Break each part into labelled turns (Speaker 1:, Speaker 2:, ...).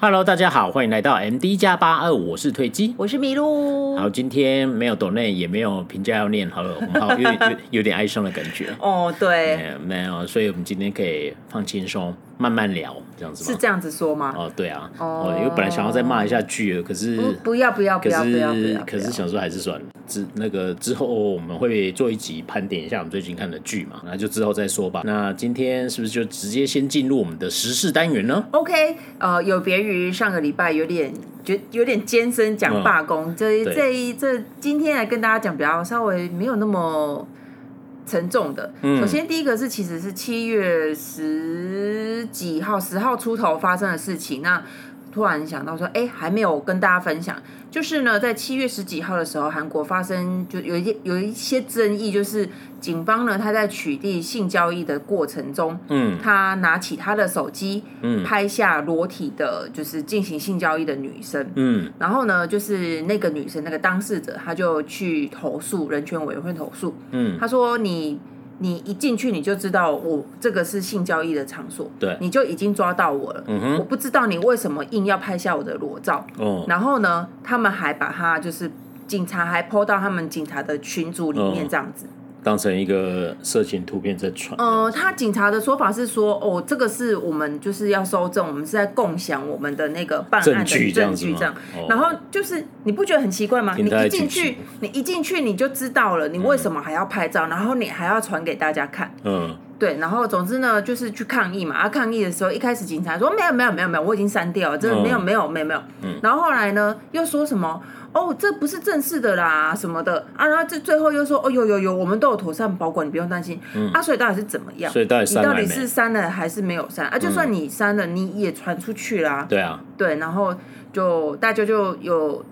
Speaker 1: Hello，大家好，欢迎来到 MD 加八二五，我是退机。
Speaker 2: 我是麋鹿。
Speaker 1: 好，今天没有抖内，也没有评价要念，好了，我们好有点有 有点哀伤的感觉。
Speaker 2: 哦，对，
Speaker 1: 呃没有，所以我们今天可以放轻松，慢慢聊，这样子
Speaker 2: 是
Speaker 1: 吗？
Speaker 2: 这样子说吗？
Speaker 1: 哦，对啊，
Speaker 2: 哦
Speaker 1: 哦，因为本来想要再骂一下剧了，可是
Speaker 2: 不，不要，不要，不
Speaker 1: 可
Speaker 2: 要，不要，不
Speaker 1: 是
Speaker 2: 要。
Speaker 1: 可
Speaker 2: 不
Speaker 1: 是
Speaker 2: 要
Speaker 1: 想说还是算了。之那个之后我们会做一集盘点一下我们最近看的剧嘛，那就之后再说吧。那今天是不是就直接先进入我们的时事单元呢？
Speaker 2: OK，呃，有别于上个礼拜有点觉有点艰深
Speaker 1: 嗯
Speaker 2: 讲罢工，这
Speaker 1: 对
Speaker 2: 这一这今天来跟大家讲比较稍微没有那么沉重的。
Speaker 1: 嗯
Speaker 2: 首先第一个是其实是七月十几号十号出头发生的事情，那突然想到说，哎、还没有跟大家分享，就是呢，在七月十几号的时候，韩国发生就有一些有一些争议，就是警方呢他在取缔性交易的过程中，
Speaker 1: 嗯
Speaker 2: 他拿起他的手机，
Speaker 1: 嗯
Speaker 2: 拍下裸体的，就是进行性交易的女生。
Speaker 1: 嗯
Speaker 2: 然后呢，就是那个女生那个当事者，她就去投诉人权委员会投诉，
Speaker 1: 嗯，
Speaker 2: 她说你你一进去你就知道我这个是性交易的场所，
Speaker 1: 对
Speaker 2: 你就已经抓到我了，
Speaker 1: 嗯哼
Speaker 2: 我不知道你为什么硬要拍下我的裸照。
Speaker 1: 哦
Speaker 2: 然后呢，他们还把她就是警察还 PO 到他们警察的群组里面
Speaker 1: 嗯
Speaker 2: 这样子。
Speaker 1: 当成一个色情图片在传。
Speaker 2: 呃，他警察的说法是说，哦，这个是我们就是要收证，我们是在共享我们的那个办案
Speaker 1: 证
Speaker 2: 的
Speaker 1: 据这样
Speaker 2: 证
Speaker 1: 子
Speaker 2: 据
Speaker 1: 吗
Speaker 2: 这样
Speaker 1: 哦。
Speaker 2: 然后就是你不觉得很奇怪吗？
Speaker 1: 听
Speaker 2: 你
Speaker 1: 他在
Speaker 2: 一
Speaker 1: 解
Speaker 2: 进
Speaker 1: 释
Speaker 2: 去，你一进去你就知道了，你为什么还要拍照，然后你还要传给大家看？
Speaker 1: 嗯
Speaker 2: 对，然后总之呢，就是去抗议嘛。啊，抗议的时候，一开始警察说没有没有没有没有，我已经删掉了，这
Speaker 1: 嗯
Speaker 2: 没有没有没有没有。然后后来呢，又说什么哦，这不是正式的啦什么的啊，然后这最后又说哦有有有，我们都有妥善保管，你不用担心。
Speaker 1: 嗯
Speaker 2: 啊，所以到底是怎么样？
Speaker 1: 所以到底
Speaker 2: 你
Speaker 1: 删
Speaker 2: 到
Speaker 1: 了没
Speaker 2: 底是删了还是没有删啊？就
Speaker 1: 嗯
Speaker 2: 算你删了，你也传出去啦、
Speaker 1: 对啊，
Speaker 2: 对，然后就大家就有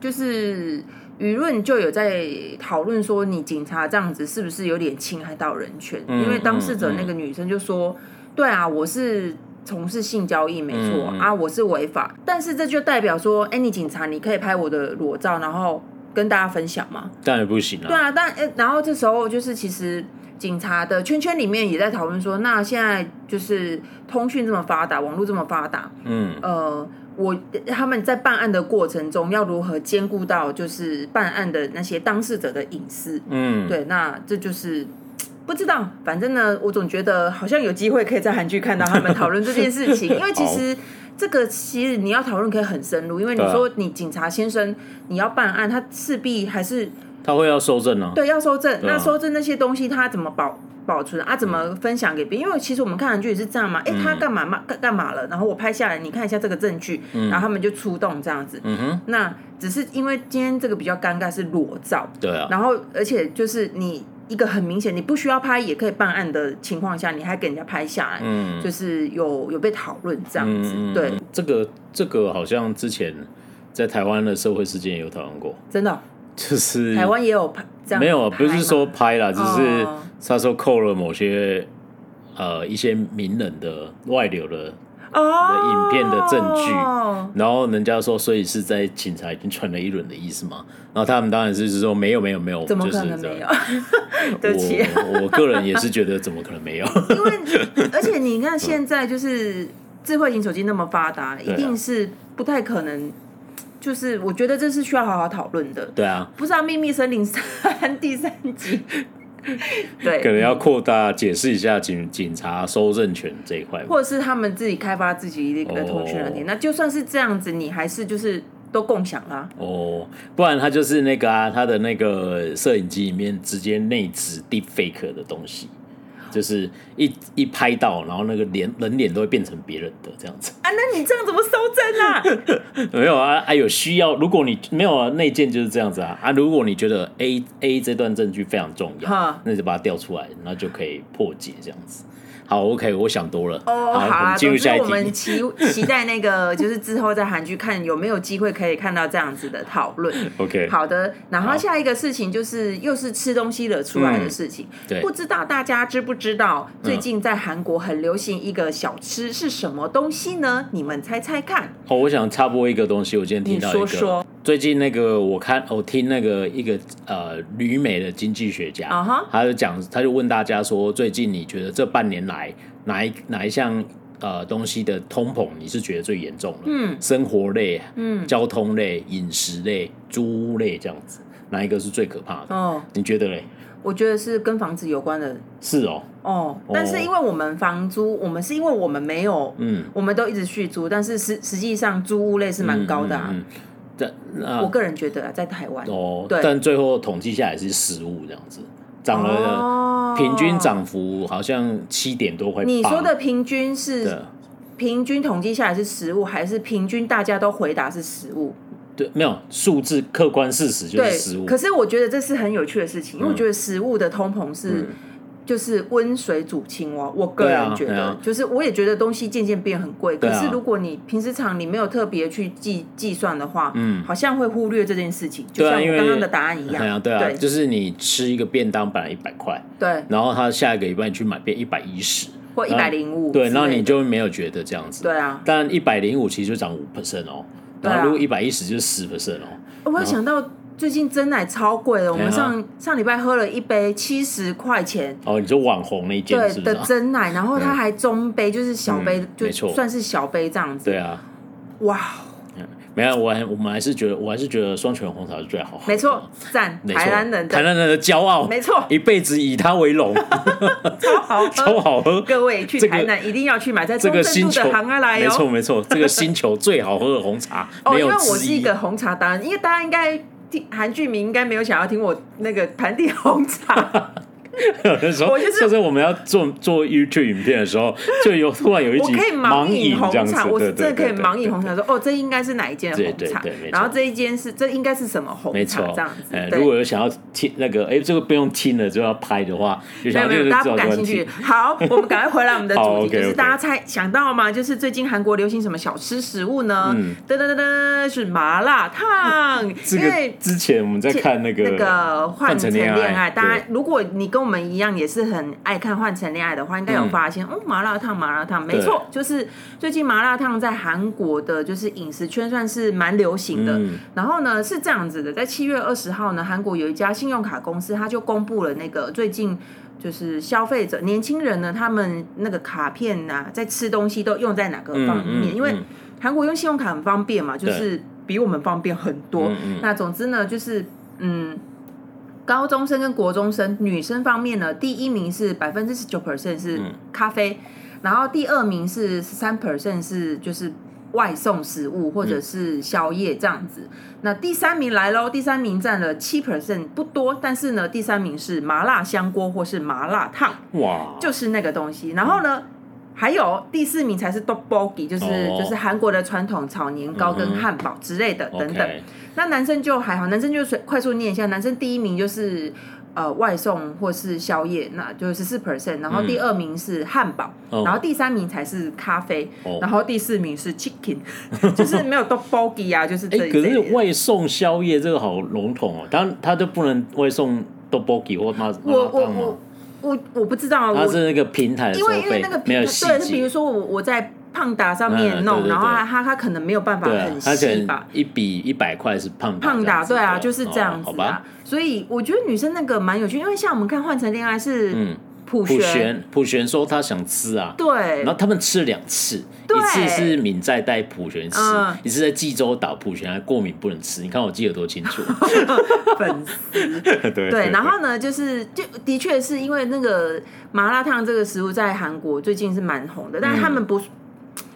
Speaker 2: 就是舆论就有在讨论说，你警察这样子是不是有点侵害到人权？
Speaker 1: 嗯
Speaker 2: 因为当事者
Speaker 1: 嗯
Speaker 2: 那个女生就说：“对啊，我是。”从事性交易没错、
Speaker 1: 嗯嗯
Speaker 2: 啊，我是违法，但是这就代表说，哎、你警察你可以拍我的裸照，然后跟大家分享吗？
Speaker 1: 当然不行
Speaker 2: 对
Speaker 1: 啊。
Speaker 2: 啊，但呃，然后这时候就是其实警察的圈圈里面也在讨论说，那现在就是通讯这么发达，网络这么发达，
Speaker 1: 嗯
Speaker 2: 呃，我他们在办案的过程中要如何兼顾到就是办案的那些当事者的隐私？
Speaker 1: 嗯，
Speaker 2: 对，那这就是。不知道，反正呢，我总觉得好像有机会可以在韩剧看到他们讨论这件事情，因为其实这个其实你要讨论可以很深入，因为你
Speaker 1: 对啊
Speaker 2: 说你警察先生你要办案，他势必还是
Speaker 1: 他会要收证啊。
Speaker 2: 对，要收证。
Speaker 1: 啊嗯
Speaker 2: 那收证那些东西，他怎么保保存啊？怎么分享给别人？因为其实我们看韩剧也是这样嘛，哎、他干嘛嘛干干嘛了？然后我拍下来，你看一下这个证据，然后他们就出动这样子。
Speaker 1: 嗯哼，
Speaker 2: 那只是因为今天这个比较尴尬是裸照，
Speaker 1: 对啊，
Speaker 2: 然后而且就是你一个很明显你不需要拍也可以办案的情况下，你还给人家拍下来，
Speaker 1: 嗯
Speaker 2: 就是有有被讨论这样子。
Speaker 1: 嗯嗯，
Speaker 2: 对，
Speaker 1: 嗯这个这个好像之前在台湾的社会事件也有讨论过，
Speaker 2: 真的哦、
Speaker 1: 就是
Speaker 2: 台湾也有拍这样
Speaker 1: 没有，啊不
Speaker 2: 拍
Speaker 1: 是
Speaker 2: 吗
Speaker 1: 说拍啦，只是
Speaker 2: 哦
Speaker 1: 他说扣了某些呃一些名人的外流的。
Speaker 2: 哦
Speaker 1: 影片的证据然后人家说，所以是在警察已经传了一轮的意思嘛？然后他们当然是是说没有没有没有，
Speaker 2: 怎么
Speaker 1: 就
Speaker 2: 可
Speaker 1: 是
Speaker 2: 能
Speaker 1: 这
Speaker 2: 没有
Speaker 1: 样？
Speaker 2: 对不起，
Speaker 1: 我我个人也是觉得怎么可能 没有？
Speaker 2: 因为而且你看现在就是智慧型手机那么发
Speaker 1: 嗯
Speaker 2: 达，
Speaker 1: 啊
Speaker 2: 一定是不太可能。就是我觉得这是需要好好讨论的，
Speaker 1: 对啊，
Speaker 2: 不是啊，《秘密森林三》第三 集，
Speaker 1: 可
Speaker 2: 对，
Speaker 1: 能要扩大解释一下警警察收证权这一块吧。
Speaker 2: 或者是他们自己开发自己的一个通讯软体。
Speaker 1: 哦
Speaker 2: 那就算是这样子，你还是就是都共享啊啦。
Speaker 1: 哦，不然他就是那个啊，他的那个摄影机里面直接内置 deep fake 的东西，就是一一拍到，然后那个脸人脸都会变成别人的这样子。
Speaker 2: 啊，那你这样怎么收证 啊？
Speaker 1: 没有啊，啊有需要，如果你没有啊，内建就是这样子啊啊，如果你觉得 A A 这段证据非常重要
Speaker 2: 哈，
Speaker 1: 那就把它调出来，然后就可以破解这样子。好，OK，我想多了。
Speaker 2: 哦，好
Speaker 1: 我
Speaker 2: 啦，
Speaker 1: 们进
Speaker 2: 总
Speaker 1: 入
Speaker 2: 之
Speaker 1: 下一
Speaker 2: 我们
Speaker 1: 题。
Speaker 2: 期期待那个就是之后在韩剧看有没有机会可以看到这样子的讨论。
Speaker 1: OK，
Speaker 2: 好的，然后下一个事情就是又是吃东西惹出来的事情。
Speaker 1: 嗯对嗯
Speaker 2: 不知道大家知不知道，最近在韩国很流行一个小吃是什么东西呢？你们猜猜看。
Speaker 1: 哦，我想插播一个东西，我今天听到一个，
Speaker 2: 你说说
Speaker 1: 最近那个我看我听那个一个呃旅美的经济学家
Speaker 2: 啊哈
Speaker 1: 他就讲，他就问大家说，最近你觉得这半年来哪一哪一项呃东西的通膨，你是觉得最严重的？
Speaker 2: 嗯
Speaker 1: 生活类、
Speaker 2: 嗯
Speaker 1: 交通类、饮食类、租屋类这样子，哪一个是最可怕的？
Speaker 2: 哦，
Speaker 1: 你觉得嘞？
Speaker 2: 我觉得是跟房子有关的
Speaker 1: 是哦，
Speaker 2: 哦，但是因为我们房租，我们是因为我们没有，
Speaker 1: 嗯，
Speaker 2: 我们都一直续租，但是实实际上租屋类是蛮高的啊。
Speaker 1: 嗯嗯嗯但
Speaker 2: 我
Speaker 1: 那
Speaker 2: 个人觉得啊，在台湾
Speaker 1: 哦，
Speaker 2: 对
Speaker 1: 但最后统计下来是十五这样子，涨了、
Speaker 2: 哦
Speaker 1: 平均。涨幅好像七点多块。
Speaker 2: 你说
Speaker 1: 八
Speaker 2: 的平均是
Speaker 1: 对
Speaker 2: 平均统计下来是食物，还是平均大家都回答是食物？
Speaker 1: 对，没有数字客观事实就
Speaker 2: 对
Speaker 1: 是十五，。嗯
Speaker 2: 可是我觉得这是很有趣的事情，因为我觉得食物的通膨是、就是温水煮青蛙。我个
Speaker 1: 对啊
Speaker 2: 人觉
Speaker 1: 对
Speaker 2: 得，
Speaker 1: 啊
Speaker 2: 就是我也觉得东西渐渐变很贵。可
Speaker 1: 对啊
Speaker 2: 是如果你平时场你没有特别去计计算的话，
Speaker 1: 嗯
Speaker 2: 好像会忽略这件事情，就
Speaker 1: 对啊
Speaker 2: 像
Speaker 1: 因
Speaker 2: 我
Speaker 1: 为
Speaker 2: 刚刚的答案一
Speaker 1: 哎呀，
Speaker 2: 样。
Speaker 1: 对啊，
Speaker 2: 对
Speaker 1: 就是你吃一个便当本来一百块，
Speaker 2: 对，
Speaker 1: 然后他下一个礼拜你去买变一百一十，
Speaker 2: 或一百零五。
Speaker 1: 啊对，然后你就没有觉得这样子。
Speaker 2: 对啊。
Speaker 1: 但一百零五其实就涨五 percent 哦，
Speaker 2: 对啊
Speaker 1: 然后如果一百一十就是十 percent 哦，
Speaker 2: 我有想到最近真奶超贵的，我们
Speaker 1: 对啊
Speaker 2: 上上礼拜喝了一杯七十块钱。
Speaker 1: 哦，你说网红那一件
Speaker 2: 对
Speaker 1: 是不
Speaker 2: 的
Speaker 1: 是啊？
Speaker 2: 真奶，然后它还中杯，就是小杯
Speaker 1: 嗯，
Speaker 2: 就
Speaker 1: 没错
Speaker 2: 算是小杯这样子。
Speaker 1: 对啊，
Speaker 2: 哇，
Speaker 1: 没有，我还我们还是觉得我还是觉得双泉红茶是最好喝的，
Speaker 2: 没错，赞，
Speaker 1: 没错，
Speaker 2: 台南人
Speaker 1: 台
Speaker 2: 的，
Speaker 1: 南人的骄傲，
Speaker 2: 没错，
Speaker 1: 一辈子以它为 荣，
Speaker 2: 超好
Speaker 1: 超
Speaker 2: 喝。
Speaker 1: 好喝。
Speaker 2: 各位去
Speaker 1: 这个
Speaker 2: 台南一定要去买，在
Speaker 1: 这
Speaker 2: 中
Speaker 1: 个
Speaker 2: 正
Speaker 1: 星
Speaker 2: 路
Speaker 1: 球
Speaker 2: 的行啊来
Speaker 1: 没错
Speaker 2: 哦。
Speaker 1: 没错，这个星球最好喝的红茶，
Speaker 2: 哦，
Speaker 1: 没有
Speaker 2: 因为我
Speaker 1: 之
Speaker 2: 是一
Speaker 1: 一。
Speaker 2: 个红茶达人，因为大家应该听韩剧迷应该没有想要听我那个盘点 红茶，
Speaker 1: 有人说，
Speaker 2: 我就是
Speaker 1: 下次我们要做做 YouTube 影片的时候，就有突然有一
Speaker 2: 我
Speaker 1: 集
Speaker 2: 可以盲
Speaker 1: 饮
Speaker 2: 饮红
Speaker 1: 这样子
Speaker 2: 茶，，我
Speaker 1: 对
Speaker 2: 是真的可以盲饮。
Speaker 1: 对对对对
Speaker 2: 红茶，说哦，这应该是哪一间的
Speaker 1: 对
Speaker 2: 红茶
Speaker 1: 对对没，错
Speaker 2: 然后这一间是这应该是什么红
Speaker 1: 没
Speaker 2: 茶
Speaker 1: 错，
Speaker 2: 这样子
Speaker 1: 哎，。如
Speaker 2: 对
Speaker 1: 果有想要听那个，哎、这个不用听了就要拍的话，就
Speaker 2: 没
Speaker 1: 想
Speaker 2: 有没有，
Speaker 1: 就
Speaker 2: 大家
Speaker 1: 是
Speaker 2: 不感兴趣。 好，我们赶快回来我们 的
Speaker 1: 好
Speaker 2: 主题，
Speaker 1: ，OK，OK
Speaker 2: 就是大家猜想到吗？就是最近韩国流行什么小吃食物呢？噔噔噔噔，是麻辣烫，
Speaker 1: 嗯这
Speaker 2: 因
Speaker 1: 个
Speaker 2: 为。
Speaker 1: 之前我们在看那个
Speaker 2: 那个换
Speaker 1: 换乘
Speaker 2: 乘
Speaker 1: 恋
Speaker 2: 恋
Speaker 1: 爱
Speaker 2: 爱，大家
Speaker 1: 对
Speaker 2: 如果你跟我们一样也是很爱看换乘恋爱的话，应该
Speaker 1: 嗯
Speaker 2: 有发现、哦，麻辣烫，麻辣烫，没错，就是最近麻辣烫在韩国的就是饮食圈算是蛮流行的。
Speaker 1: 嗯
Speaker 2: 然后呢是这样子的，在七月二十号呢，韩国有一家信用卡公司，它就公布了那个最近就是消费者年轻人呢，他们那个卡片呐、在吃东西都用在哪个
Speaker 1: 嗯
Speaker 2: 方面？
Speaker 1: 嗯
Speaker 2: 因为
Speaker 1: 嗯
Speaker 2: 韩国用信用卡很方便嘛，就是比我们方便很多。
Speaker 1: 嗯嗯
Speaker 2: 那总之呢，就是嗯。高中生跟国中生，女生方面呢，第一名是百分之十九 percent 是
Speaker 1: 嗯
Speaker 2: 咖啡，然后第二名是三 percent 是就是外送食物或
Speaker 1: 嗯
Speaker 2: 者是宵夜这样子。那第三名来喽，第三名占了七 percent 不多，但是呢，第三名是麻辣香锅或是麻辣烫，
Speaker 1: 哇，
Speaker 2: 就是那个东西。然后呢，还有第四名才是 tteokbokki，就是、
Speaker 1: 哦
Speaker 2: 就是韩国的传统炒年糕跟
Speaker 1: 嗯哼
Speaker 2: 汉堡之类的、等等。
Speaker 1: OK，哎
Speaker 2: 那男生就还好，男生就随快速念一下，男生第一名就是呃外送或是宵夜，那就是十四 percent，然后第二名是汉堡，
Speaker 1: 嗯哦
Speaker 2: 然后第三名才是咖啡，
Speaker 1: 哦
Speaker 2: 然后第四名是 chicken，就是 没有 d o b o g i 啊，就是
Speaker 1: 哎、
Speaker 2: 这一
Speaker 1: 可是
Speaker 2: 类的。
Speaker 1: 外送宵夜这个好笼统哦，当他就不能外送 d o b o g i 或麻麻
Speaker 2: 我
Speaker 1: 辣
Speaker 2: 我
Speaker 1: 烫
Speaker 2: 我
Speaker 1: 吗？
Speaker 2: 我我不知道啊，
Speaker 1: 它
Speaker 2: 我
Speaker 1: 是那个平台的
Speaker 2: 因
Speaker 1: 收
Speaker 2: 为因为
Speaker 1: 费
Speaker 2: 那个，
Speaker 1: 没有
Speaker 2: 平
Speaker 1: 细
Speaker 2: 对，比如
Speaker 1: 节，
Speaker 2: 说我我在胖达上
Speaker 1: 嗯
Speaker 2: 面
Speaker 1: 对
Speaker 2: 弄，
Speaker 1: 对
Speaker 2: 然后
Speaker 1: 对
Speaker 2: 他他他可能没有办法
Speaker 1: 对啊
Speaker 2: 很，
Speaker 1: 它可
Speaker 2: 细
Speaker 1: 能。
Speaker 2: 吧
Speaker 1: 一比一百块是胖达
Speaker 2: 胖
Speaker 1: 这样
Speaker 2: 达，
Speaker 1: 子
Speaker 2: 对啊，
Speaker 1: 哦
Speaker 2: 就是这样
Speaker 1: 哦好
Speaker 2: 子啊
Speaker 1: 吧，。
Speaker 2: 所以我觉得女生那个蛮有趣，因为像我们看《换成恋爱》是
Speaker 1: 嗯，
Speaker 2: 普
Speaker 1: 普
Speaker 2: 璇，
Speaker 1: 璇普璇说他想吃啊，
Speaker 2: 对
Speaker 1: 然后他们吃了两次，
Speaker 2: 对
Speaker 1: 一次是敏在带普璇吃
Speaker 2: 嗯，
Speaker 1: 一次在济州岛普璇还过敏不能吃。你看我记得多清 楚，
Speaker 2: 粉丝，
Speaker 1: 对
Speaker 2: 对，然后呢，就是就的确是因为那个麻辣烫这个食物在韩国最近是蛮红的，但是他
Speaker 1: 嗯
Speaker 2: 们不。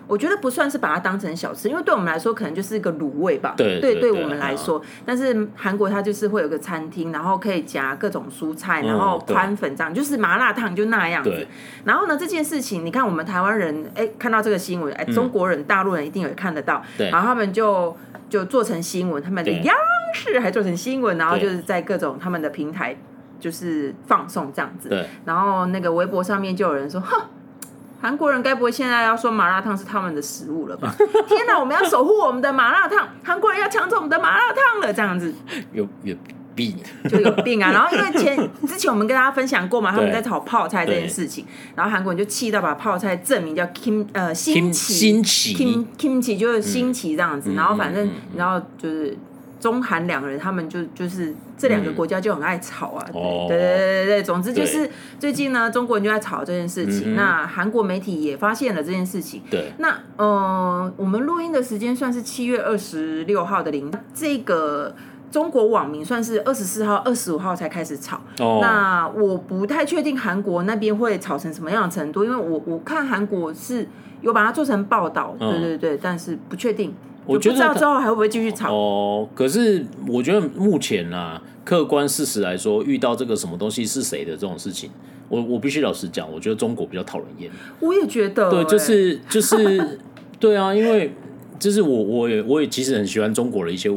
Speaker 2: 我觉得不算是把它当成小吃，因为对我们来说可能就是一个卤味吧。
Speaker 1: 对
Speaker 2: 对，
Speaker 1: 对
Speaker 2: 对
Speaker 1: 对
Speaker 2: 我们来说，但是韩国它就是会有个餐厅，然后可以夹各种蔬菜，
Speaker 1: 嗯
Speaker 2: 然后
Speaker 1: 对
Speaker 2: 宽粉这样，就是麻辣烫就那样子
Speaker 1: 对。
Speaker 2: 然后呢，这件事情，你看我们台湾人，哎，看到这个新闻，哎，中国人、大陆人一定也看得到，
Speaker 1: 嗯对
Speaker 2: 然后他们就就做成新闻，他们的
Speaker 1: 对
Speaker 2: 央视还做成新闻，然后
Speaker 1: 对
Speaker 2: 就是在各种他们的平台就是放送这样子。
Speaker 1: 对，
Speaker 2: 然后那个微博上面就有人说，哼。韩国人该不会现在要说麻辣烫是他们的食物了吧？ 天哪，我们要守护我们的麻辣烫，韩国人要抢走我们的麻辣烫了，这样子
Speaker 1: 有有病，
Speaker 2: 就有病 啊！然后因为前之前我们跟大家分享过嘛，他们
Speaker 1: 对
Speaker 2: 在炒泡菜这件事情，然后韩国人就气到把泡菜证明叫 kim 呃新奇
Speaker 1: 新奇嗯
Speaker 2: kim kimchi 就是新奇这样子，然后反正然后就是中韩两人他们就就是这两个国家就很爱吵啊，
Speaker 1: 哦
Speaker 2: 对对对对对，总之就
Speaker 1: 对
Speaker 2: 是最近呢，中国人就在吵这件事情，
Speaker 1: 嗯哼
Speaker 2: 那韩国媒体也发现了这件事情，
Speaker 1: 对，
Speaker 2: 那呃，我们录音的时间算是七月二十六号的零，这个中国网民算是二十四号、二十五号才开始吵。
Speaker 1: 哦，
Speaker 2: 那我不太确定韩国那边会吵成什么样的程度，因为我我看韩国是有把它做成报道，
Speaker 1: 嗯
Speaker 2: 对对对，但是不确定，
Speaker 1: 我觉
Speaker 2: 就不知道
Speaker 1: 得
Speaker 2: 之后还会不会继续吵。
Speaker 1: 哦，可是我觉得目前啊，客观事实来说，遇到这个什么东西是谁的这种事情，我我必须老实讲，我觉得中国比较讨人厌。
Speaker 2: 我也觉得、
Speaker 1: 对，就
Speaker 2: 欸
Speaker 1: 是就是对啊，因为就是我我也我也其实很喜欢中国的一些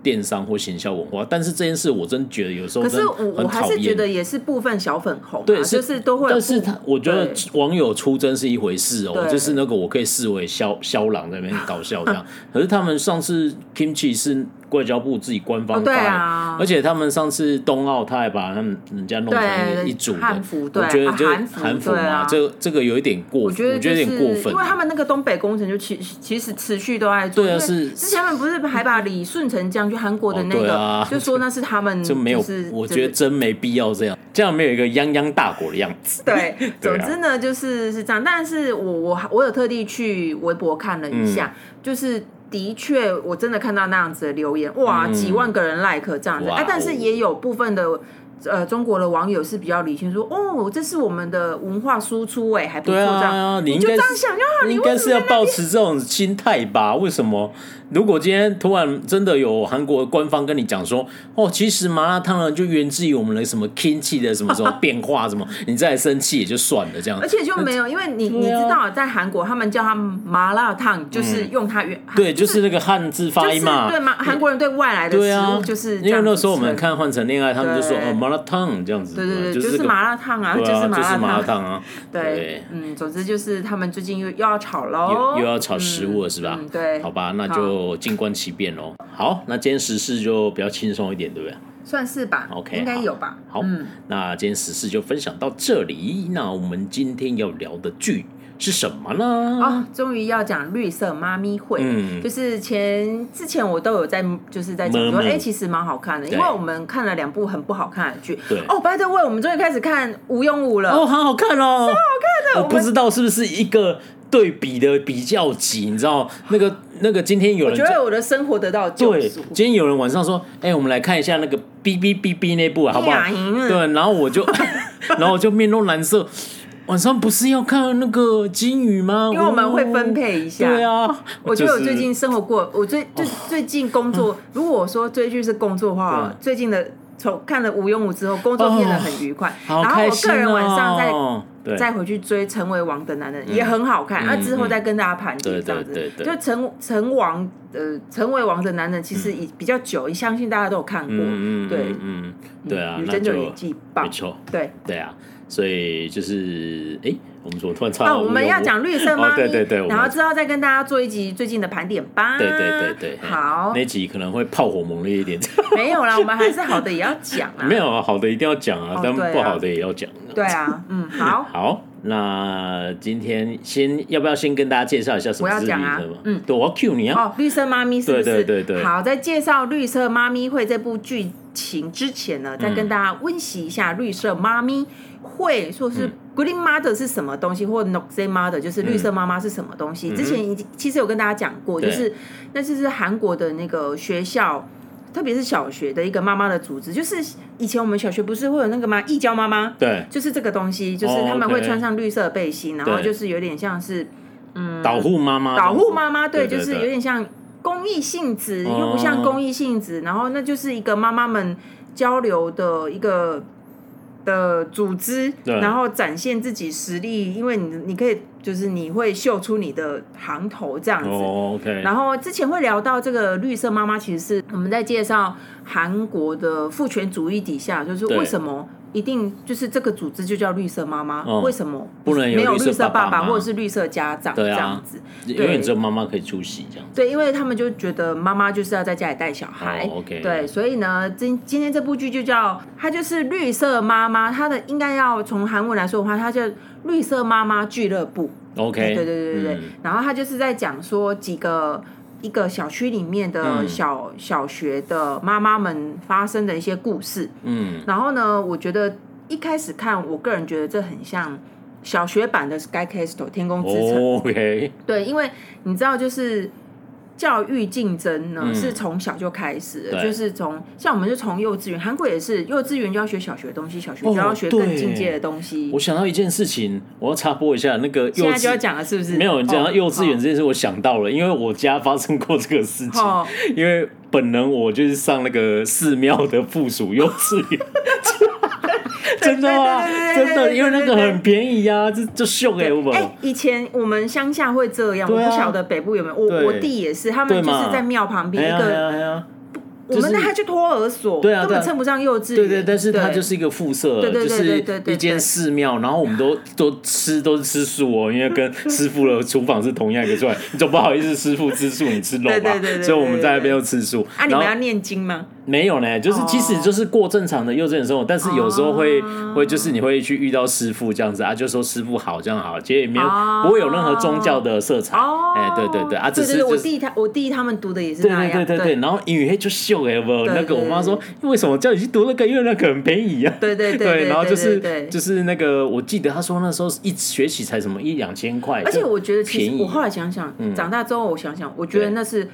Speaker 1: 电商或行销文化，但是这件事我真觉得有时候
Speaker 2: 可
Speaker 1: 真
Speaker 2: 是
Speaker 1: 的
Speaker 2: 我
Speaker 1: 很
Speaker 2: 我还
Speaker 1: 讨
Speaker 2: 是觉
Speaker 1: 厌。
Speaker 2: 得也是部分小粉红、啊，
Speaker 1: 对，
Speaker 2: 就是都会有
Speaker 1: 但
Speaker 2: 部，
Speaker 1: 是他，我觉得
Speaker 2: 对
Speaker 1: 网友出征是一回事哦，
Speaker 2: 对
Speaker 1: 就是那个我可以视为肖肖郎在那边搞笑 这样。可是他们上次 Kimchi 是外交部自己官
Speaker 2: 哦
Speaker 1: 方发
Speaker 2: 对
Speaker 1: 的，
Speaker 2: 啊，
Speaker 1: 而且他们上次冬奥，他还把他们人家弄成一个
Speaker 2: 对
Speaker 1: 一组的
Speaker 2: 汉服对
Speaker 1: 我觉得就
Speaker 2: 啊韩服
Speaker 1: 韩服
Speaker 2: 对啊
Speaker 1: 嘛，这这个有一点过，
Speaker 2: 我觉得、
Speaker 1: 我
Speaker 2: 就
Speaker 1: 觉得
Speaker 2: 是
Speaker 1: 有点过分，
Speaker 2: 因为他们那个东北工程就其其实持续都在做。
Speaker 1: 对啊
Speaker 2: 因为
Speaker 1: 是
Speaker 2: 之前他们不是还把李顺成将军韩国的那
Speaker 1: 哦对
Speaker 2: 个，
Speaker 1: 啊
Speaker 2: 就说那是他 们
Speaker 1: 就没有
Speaker 2: 是，
Speaker 1: 我觉得真没必要这样，这样没有一个泱泱大国的样子。
Speaker 2: 对，
Speaker 1: 对啊
Speaker 2: 总之呢就是是这样。但是我我我有特地去微博看了一下，
Speaker 1: 嗯
Speaker 2: 就是。的确，我真的看到那样子的留言，哇，
Speaker 1: 嗯
Speaker 2: 几万个人 like 这样子，
Speaker 1: 哇
Speaker 2: 哎、
Speaker 1: 哦
Speaker 2: 但是也有部分的呃中国的网友是比较理性，说哦，这是我们的文化输出、哎，还不错
Speaker 1: 对
Speaker 2: 这样，
Speaker 1: 啊，你应
Speaker 2: 就
Speaker 1: 该
Speaker 2: 这样
Speaker 1: 是
Speaker 2: 想就好，
Speaker 1: 你
Speaker 2: 你
Speaker 1: 应
Speaker 2: 为
Speaker 1: 该
Speaker 2: 什
Speaker 1: 是
Speaker 2: 么
Speaker 1: 要保持这种心态吧？为什么？如果今天突然真的有韩国官方跟你讲说，哦，其实麻辣烫呢就源自于我们的什么 kimchi 的什么什 么变化什么，你再生气也就算了这样
Speaker 2: 而。且就没有，因为你、你
Speaker 1: 对啊嗯
Speaker 2: 知道，在韩国他们叫它麻辣烫，就是用它原、
Speaker 1: 对，就是那个汉字发
Speaker 2: 就是
Speaker 1: 音嘛。
Speaker 2: 对嘛，韩国人对外来的
Speaker 1: 对
Speaker 2: 食
Speaker 1: 啊
Speaker 2: 物，就是
Speaker 1: 因
Speaker 2: 这
Speaker 1: 为
Speaker 2: 样
Speaker 1: 那
Speaker 2: 子
Speaker 1: 时候我们
Speaker 2: 吃，
Speaker 1: 看《换成恋爱》，他们就说
Speaker 2: 对
Speaker 1: 哦麻辣烫这样子，
Speaker 2: 对对对，
Speaker 1: 就
Speaker 2: 就是
Speaker 1: 这个
Speaker 2: 麻辣烫啊，
Speaker 1: 对
Speaker 2: 是
Speaker 1: 啊，
Speaker 2: 麻
Speaker 1: 就是麻辣
Speaker 2: 辣烫。
Speaker 1: 烫啊，
Speaker 2: 对
Speaker 1: 对，
Speaker 2: 嗯，总之就是他们最近又又要炒喽
Speaker 1: 又，又要炒食物了是吧？
Speaker 2: 哦嗯，对，
Speaker 1: 好吧，那就静观其变喽。好，那今天时事就比较轻松一点，对不对？
Speaker 2: 算是吧
Speaker 1: OK，
Speaker 2: 应该
Speaker 1: 好
Speaker 2: 有吧，
Speaker 1: 好，
Speaker 2: 嗯，
Speaker 1: 那今天时事就分享到这里。那我们今天要聊的剧是什么呢？
Speaker 2: 哦，终于要讲绿色妈咪会，
Speaker 1: 嗯
Speaker 2: 就是前之前我都有在就是在讲说，
Speaker 1: 闷闷
Speaker 2: 哎、其实蛮好看的，因
Speaker 1: 对
Speaker 2: 为我们看了两部很不好看的剧。
Speaker 1: 对
Speaker 2: 哦，by the way，我们终于开始看《吴庸武》了。
Speaker 1: 哦，好好看哦，超好
Speaker 2: 啊
Speaker 1: 看
Speaker 2: 的
Speaker 1: 我不知道是不是一个对比的比较级，你知 道那个那个今天有
Speaker 2: 我
Speaker 1: 人
Speaker 2: 觉
Speaker 1: 在
Speaker 2: 得我的生活得到了救
Speaker 1: 对，
Speaker 2: 赎。
Speaker 1: 今天有人晚上说，哎、我们来看一下那个哔哔哔哔那部啊好不好
Speaker 2: 哎呀嗯？
Speaker 1: 对，然后我 就，然后我就面露蓝色。晚上不是要看那个金鱼吗？
Speaker 2: 因为我们会分配一下
Speaker 1: 对啊，
Speaker 2: 我觉得我最
Speaker 1: 就是
Speaker 2: 近生活过，我最最最近工作，如果我说追剧是工作的话
Speaker 1: 对，
Speaker 2: 最近的从看了《吴庸武》之后，工作变得很愉快。
Speaker 1: 好
Speaker 2: 然后
Speaker 1: 开
Speaker 2: 我
Speaker 1: 心
Speaker 2: 个人晚上在
Speaker 1: 哦对
Speaker 2: 再回去追《成为王的男人》也很好看，那、之后再跟大家盘点
Speaker 1: 对
Speaker 2: 这样子。
Speaker 1: 对对对
Speaker 2: 就成成王呃，成为王的男人其实已比较久，相信大家都有看过。
Speaker 1: 嗯嗯
Speaker 2: 对
Speaker 1: 嗯，嗯对啊，
Speaker 2: 女
Speaker 1: 那
Speaker 2: 真就
Speaker 1: 就
Speaker 2: 演技棒
Speaker 1: 没。错，
Speaker 2: 对，
Speaker 1: 对啊，所以就是哎、我们怎么突然唱
Speaker 2: 啊，
Speaker 1: 到无忧无？
Speaker 2: 我们要讲绿色
Speaker 1: 哦
Speaker 2: 妈咪，
Speaker 1: 对对对我们
Speaker 2: 然后之后再跟大家做一集最近的盘点吧。
Speaker 1: 对对对对，嘿
Speaker 2: 好，
Speaker 1: 那集可能会炮火猛烈一点，
Speaker 2: 没有啦，我们还是好的也要讲啊。
Speaker 1: 没有啊，好的一定要讲啊，
Speaker 2: 哦
Speaker 1: 但
Speaker 2: 对啊
Speaker 1: 不好的也要讲、
Speaker 2: 对啊，嗯，好，
Speaker 1: 好，那今天先要不要先跟大家介绍一下什么
Speaker 2: 我要
Speaker 1: 是绿色
Speaker 2: 讲啊
Speaker 1: 吗？
Speaker 2: 嗯
Speaker 1: 对，我要 cue 你啊。
Speaker 2: 哦，绿色妈咪是不是？
Speaker 1: 对对对对
Speaker 2: 好，在介绍《绿色妈咪会》这部剧情之前
Speaker 1: 嗯
Speaker 2: 呢，再跟大家温习一下《绿色妈咪会》，说是
Speaker 1: 嗯
Speaker 2: Green Mother 是什么东西，或 Noxy Mother 就是绿色妈妈是什么东西。之前已经其实有跟大家讲过，
Speaker 1: 嗯
Speaker 2: 就
Speaker 1: 对
Speaker 2: 是那就是韩国的那个学校。特别是小学的一个妈妈的组织，就是以前我们小学不是会有那个吗？义教妈妈，
Speaker 1: 对，
Speaker 2: 就是这个东西，就是
Speaker 1: 哦
Speaker 2: 他们会
Speaker 1: OK
Speaker 2: 穿上绿色的背心，然后
Speaker 1: 对
Speaker 2: 就是有点像是
Speaker 1: 导护妈妈，
Speaker 2: 保护妈妈，对，
Speaker 1: 对对
Speaker 2: 就是
Speaker 1: 对
Speaker 2: 有点像公益性质，
Speaker 1: 哦
Speaker 2: 又不像公益性质，然后那就是一个妈妈们交流的一个。的组织，
Speaker 1: 对
Speaker 2: 然后展现自己实力，因为你你可以就是你会秀出你的行头这样子。
Speaker 1: 哦，OK，
Speaker 2: 然后之前会聊到这个绿色妈妈，其实是我们在介绍韩国的父权主义底下，就是
Speaker 1: 对
Speaker 2: 为什么一定就是这个组织就叫绿色妈妈，
Speaker 1: 嗯
Speaker 2: 为什么
Speaker 1: 不能有
Speaker 2: 没有
Speaker 1: 绿色
Speaker 2: 绿色
Speaker 1: 爸
Speaker 2: 爸
Speaker 1: 爸吗
Speaker 2: 或者是绿色家长这
Speaker 1: 对啊
Speaker 2: 样子？
Speaker 1: 因为只有妈妈可以出席这样子。
Speaker 2: 对，因为他们就觉得妈妈就是要在家里带小孩。
Speaker 1: 哦，OK
Speaker 2: 对，所以呢，今今天这部剧就叫它就是绿色妈妈，它的应该要从韩文来说的话，它叫绿色妈妈俱乐部。
Speaker 1: OK，
Speaker 2: 对对对对对。
Speaker 1: 哎嗯
Speaker 2: 然后它就是在讲说几个一个小区里面的
Speaker 1: 嗯
Speaker 2: 小、小学的妈妈们发生的一些故事。
Speaker 1: 嗯
Speaker 2: 然后呢，我觉得一开始看，我个人觉得这很像小学版的《Sky Castle》天空之城。
Speaker 1: 哦，OK，
Speaker 2: 对，因为你知道，就是教育竞争呢、
Speaker 1: 嗯
Speaker 2: 是从小就开始的，
Speaker 1: 对
Speaker 2: 就是从像我们就从幼稚园，韩国也是幼稚园就要学小学的东西，小学就
Speaker 1: 哦
Speaker 2: 要学更
Speaker 1: 对
Speaker 2: 进阶的东西。
Speaker 1: 我想到一件事情，我要插播一下那个幼
Speaker 2: 现在就要
Speaker 1: 稚。
Speaker 2: 讲了，是不是？
Speaker 1: 没有，你讲到
Speaker 2: 哦
Speaker 1: 幼稚园这件事，我想到了，因为我家发生过这个事情。
Speaker 2: 哦，
Speaker 1: 因为本人我就是上那个寺庙的附属幼稚园，真的啊，
Speaker 2: 对对对对
Speaker 1: 真的，因为那
Speaker 2: 对
Speaker 1: 个
Speaker 2: 对对
Speaker 1: 很便宜啊，这就秀给我
Speaker 2: 哎、
Speaker 1: 们。
Speaker 2: 以前我们乡下会这样，
Speaker 1: 对啊
Speaker 2: 我不晓得北部有没有。我
Speaker 1: 对
Speaker 2: 我弟也是，他们
Speaker 1: 对
Speaker 2: 就
Speaker 1: 嘛
Speaker 2: 是在庙旁
Speaker 1: 哎
Speaker 2: 边
Speaker 1: 呀
Speaker 2: 一
Speaker 1: 哎
Speaker 2: 个，
Speaker 1: 呀哎呀！
Speaker 2: 我们
Speaker 1: 就
Speaker 2: 那
Speaker 1: 是
Speaker 2: 他就托儿所，
Speaker 1: 对啊
Speaker 2: 根
Speaker 1: 对啊
Speaker 2: 本称不上幼稚园。
Speaker 1: 对对，但是它
Speaker 2: 对
Speaker 1: 就是一个附设，
Speaker 2: 对对
Speaker 1: 就
Speaker 2: 对对对
Speaker 1: 是
Speaker 2: 对对
Speaker 1: 一间寺庙，然后我们都 都吃都是吃素哦，因为跟师傅的厨房是同样一个出来，你总不好意思师傅吃素你吃肉
Speaker 2: 对对
Speaker 1: 吧
Speaker 2: 对对对，
Speaker 1: 所以我们在那边都吃素。
Speaker 2: 啊，你
Speaker 1: 然后
Speaker 2: 们要念经吗？
Speaker 1: 没有呢，就是
Speaker 2: 哦
Speaker 1: 即使就是过正常的幼稚园生活，但是有时候会、
Speaker 2: 哦
Speaker 1: 会就是你会去遇到师傅这样子啊，就说师傅好这样好，其实也没有、
Speaker 2: 哦
Speaker 1: 不会有任何宗教的色彩。
Speaker 2: 哦，
Speaker 1: 哎对对对啊只
Speaker 2: 对
Speaker 1: 是
Speaker 2: 对对，
Speaker 1: 就
Speaker 2: 我
Speaker 1: 是
Speaker 2: 弟他我弟他们读的也是
Speaker 1: 对
Speaker 2: 那
Speaker 1: 对对
Speaker 2: 样，
Speaker 1: 对对，然后英语黑就秀哎不，
Speaker 2: 对
Speaker 1: 那个我妈说
Speaker 2: 对
Speaker 1: 为什么叫你去读那个，因为那个很便宜啊。
Speaker 2: 对对对对
Speaker 1: 然后就是
Speaker 2: 对对
Speaker 1: 就是那个，我记得她说那时候一学期才什么一两千块，
Speaker 2: 而且
Speaker 1: 就
Speaker 2: 我觉得，其实
Speaker 1: 便宜嗯
Speaker 2: 我后来想想，长大之后我想想，我觉得那是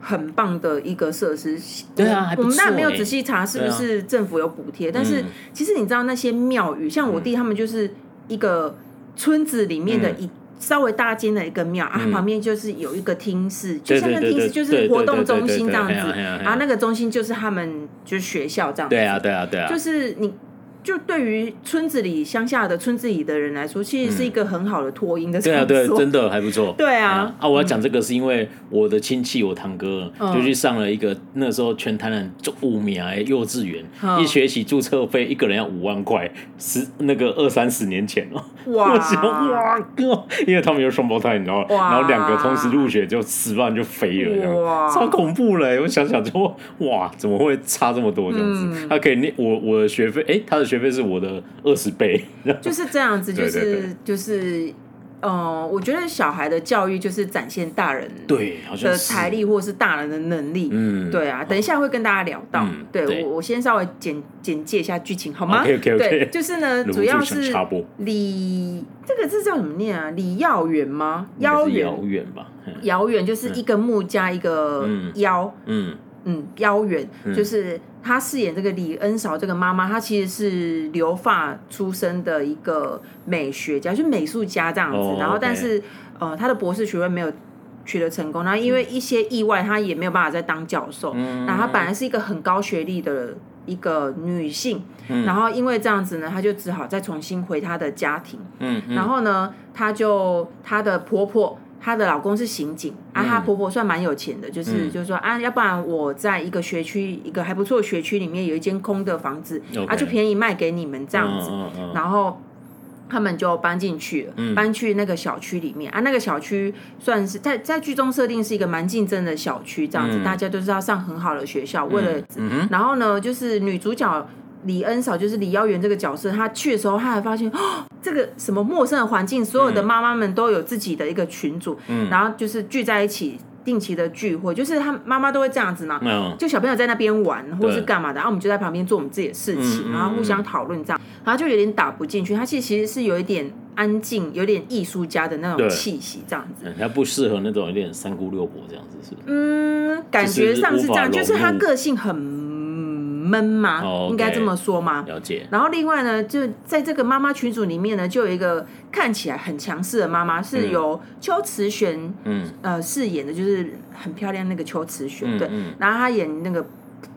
Speaker 2: 很棒的一个设施。
Speaker 1: 对啊还
Speaker 2: 我
Speaker 1: 不错
Speaker 2: 们那没有
Speaker 1: 欸
Speaker 2: 仔细查是不
Speaker 1: 对啊
Speaker 2: 是政府有补贴，但是
Speaker 1: 嗯
Speaker 2: 其实你知道那些庙宇，像我弟他们就是一个村子里面的
Speaker 1: 嗯
Speaker 2: 一。稍微大间的一个庙啊，
Speaker 1: 嗯
Speaker 2: 旁边就是有一个厅室，就
Speaker 1: 对
Speaker 2: 像
Speaker 1: 对
Speaker 2: 那个
Speaker 1: 对
Speaker 2: 厅室
Speaker 1: 对
Speaker 2: 就是
Speaker 1: 对
Speaker 2: 活
Speaker 1: 对
Speaker 2: 动
Speaker 1: 对
Speaker 2: 中
Speaker 1: 对对
Speaker 2: 心这样子，
Speaker 1: 嘿啊嘿啊嘿啊
Speaker 2: 然后那个中心就是他们就是学校这样子，
Speaker 1: 对啊对啊对啊，
Speaker 2: 就是你，就对于村子里乡下的村子里的人来说，其实是一个很好的脱音的场
Speaker 1: 嗯对
Speaker 2: 所。
Speaker 1: 啊对，真的还不错。
Speaker 2: 对啊
Speaker 1: 哎呀啊！我要讲这个是因为我的亲戚，我堂哥
Speaker 2: 嗯
Speaker 1: 就去上了一个那时候全台南就五名哎幼稚园，
Speaker 2: 嗯
Speaker 1: 一学期注册费一个人要五万块，十那个二三十年前哦。
Speaker 2: 哇
Speaker 1: 我想哇哥，因为他们有双胞胎，你知道吗，
Speaker 2: 哇
Speaker 1: 然后两个同时入学就十万就飞了，这样
Speaker 2: 哇
Speaker 1: 超恐怖嘞！我想想就哇，怎么会差这么多这样
Speaker 2: 嗯
Speaker 1: 子？他可以念我我的学费，哎，他的学费是我的二十 倍，
Speaker 2: 就是这样子，就
Speaker 1: 对
Speaker 2: 是
Speaker 1: 对对
Speaker 2: 就是，呃，我觉得小孩的教育就是展现大人
Speaker 1: 对，好像
Speaker 2: 的
Speaker 1: 是
Speaker 2: 财，力或者是大人的能力。
Speaker 1: 嗯，
Speaker 2: 对啊，等一下会跟大家聊到。
Speaker 1: 嗯
Speaker 2: 对
Speaker 1: 对
Speaker 2: 我，我先稍微简简介一下剧情好吗
Speaker 1: OK，OK，OK
Speaker 2: 对，就是呢，
Speaker 1: 忍不住
Speaker 2: 主要
Speaker 1: 想
Speaker 2: 是
Speaker 1: 插播
Speaker 2: 李这个字叫什么念啊？李耀元吗？
Speaker 1: 遥
Speaker 2: 妖元
Speaker 1: 遥远吧，嗯
Speaker 2: 遥远就是一个木加一个
Speaker 1: 嗯
Speaker 2: 妖，
Speaker 1: 嗯，
Speaker 2: 嗯，妖远
Speaker 1: 嗯
Speaker 2: 就是他饰演这个李恩韶这个妈妈，她其实是留发出身的一个美学家，就美术家这样子。
Speaker 1: 哦
Speaker 2: 然后，但
Speaker 1: OK
Speaker 2: 是呃，她的博士学位没有取得成功，然后因为一些意外，她也没有办法再当教授。
Speaker 1: 嗯
Speaker 2: 然后，她本来是一个很高学历的一个女性，
Speaker 1: 嗯
Speaker 2: 然后因为这样子呢，她就只好再重新回她的家庭。
Speaker 1: 嗯，嗯
Speaker 2: 然后呢，她就她的婆婆，她的老公是刑警啊，她婆婆算蛮有钱的，就是、
Speaker 1: 嗯
Speaker 2: 就是说啊，要不然我在一个学区，一个还不错的学区里面有一间空的房子
Speaker 1: OK
Speaker 2: 啊，就便宜卖给你们这样子，
Speaker 1: 嗯嗯嗯
Speaker 2: 然后。他们就搬进去了，搬去那个小区里面啊。那个小区算是在在剧中设定是一个蛮竞争的小区，这样子、
Speaker 1: 嗯
Speaker 2: 大家都是要上很好的学校，为了
Speaker 1: 嗯哼，
Speaker 2: 然后呢，就是女主角李恩嫂，就是李妖媛这个角色，她去的时候，她还发现 哦，这个什么陌生的环境，所有的妈妈们都有自己的一个群组，
Speaker 1: 嗯
Speaker 2: 然后就是聚在一起，定期的聚会，就是她妈妈都会这样子嘛。
Speaker 1: 嗯
Speaker 2: 就小朋友在那边玩或是
Speaker 1: 对
Speaker 2: 干嘛的，然后我们就在旁边做我们自己的事
Speaker 1: 嗯
Speaker 2: 情，
Speaker 1: 嗯
Speaker 2: 然后互相讨论这样，然后就有点打不进去。她其实其实是有一点安静，有点艺术家的那种
Speaker 1: 对
Speaker 2: 气息这样子。
Speaker 1: 嗯，他嗯不适合那种有点三姑六婆这样子，是不是？
Speaker 2: 嗯，感觉上是这样，
Speaker 1: 就
Speaker 2: 就
Speaker 1: 是是无法
Speaker 2: 他
Speaker 1: 融入
Speaker 2: 个性很闷嘛，
Speaker 1: 哦，OK
Speaker 2: 应该这么说嘛。
Speaker 1: 了解，
Speaker 2: 然后另外呢，就在这个妈妈群组里面呢，就有一个看起来很强势的妈妈，是由邱慈璇、
Speaker 1: 嗯
Speaker 2: 呃饰演的，就是很漂亮那个邱慈璇，
Speaker 1: 嗯
Speaker 2: 对，
Speaker 1: 嗯
Speaker 2: 然后她演那个。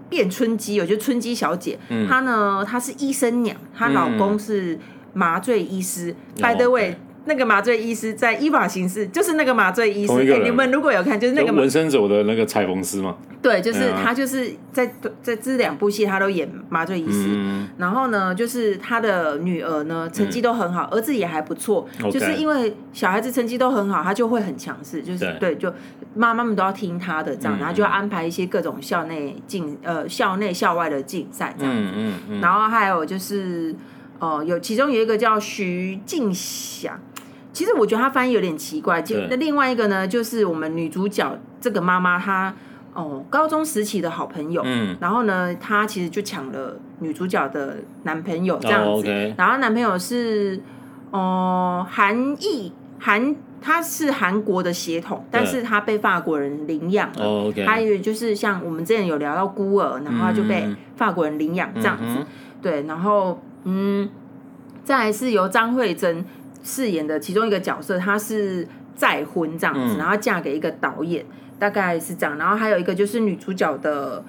Speaker 2: 变春姬，我觉得春姬小姐，
Speaker 1: 嗯
Speaker 2: 她呢，她是医生娘，她老公是麻醉医师。By the way，、
Speaker 1: 嗯哦对
Speaker 2: 那个麻醉医师在依法行事，就是那个麻醉医师。
Speaker 1: 同一个
Speaker 2: 哎
Speaker 1: 人
Speaker 2: 你们如果有看，就是那个麻
Speaker 1: 纹身手的那个裁缝师嘛，
Speaker 2: 对，就是
Speaker 1: 对啊
Speaker 2: 他就是在在这两部戏他都演麻醉医师。
Speaker 1: 嗯，
Speaker 2: 然后呢，就是他的女儿呢，成绩都很好，儿子也还不错。
Speaker 1: 嗯 OK
Speaker 2: 就是因为小孩子成绩都很好，他就会很强势，就是对
Speaker 1: 对嗯
Speaker 2: 就妈妈们都要听他的这样，然后就要安排一些各种校内竞呃校内校外的竞赛这样。
Speaker 1: 嗯嗯嗯，
Speaker 2: 然后还有就是，呃，有其中有一个叫徐静祥，其实我觉得他翻译有点奇怪。就
Speaker 1: 对
Speaker 2: 那另外一个呢，就是我们女主角这个妈妈，她哦高中时期的好朋友，
Speaker 1: 嗯，
Speaker 2: 然后呢，她其实就抢了女主角的男朋友这样子。
Speaker 1: 哦，OK，
Speaker 2: 然后男朋友是哦韩裔韩，他是韩国的血统，但是他被法国人领养了。
Speaker 1: 哦，OK，
Speaker 2: 还有就是像我们之前有聊到孤儿，然后他就被
Speaker 1: 嗯
Speaker 2: 法国人领养这样子。
Speaker 1: 嗯哼
Speaker 2: 对，然后嗯，再来是由张慧珍饰演的其中一个角色，她是再婚这样子，
Speaker 1: 嗯
Speaker 2: 然后嫁给一个导演，大概是这样。然后还有一个就是女主角的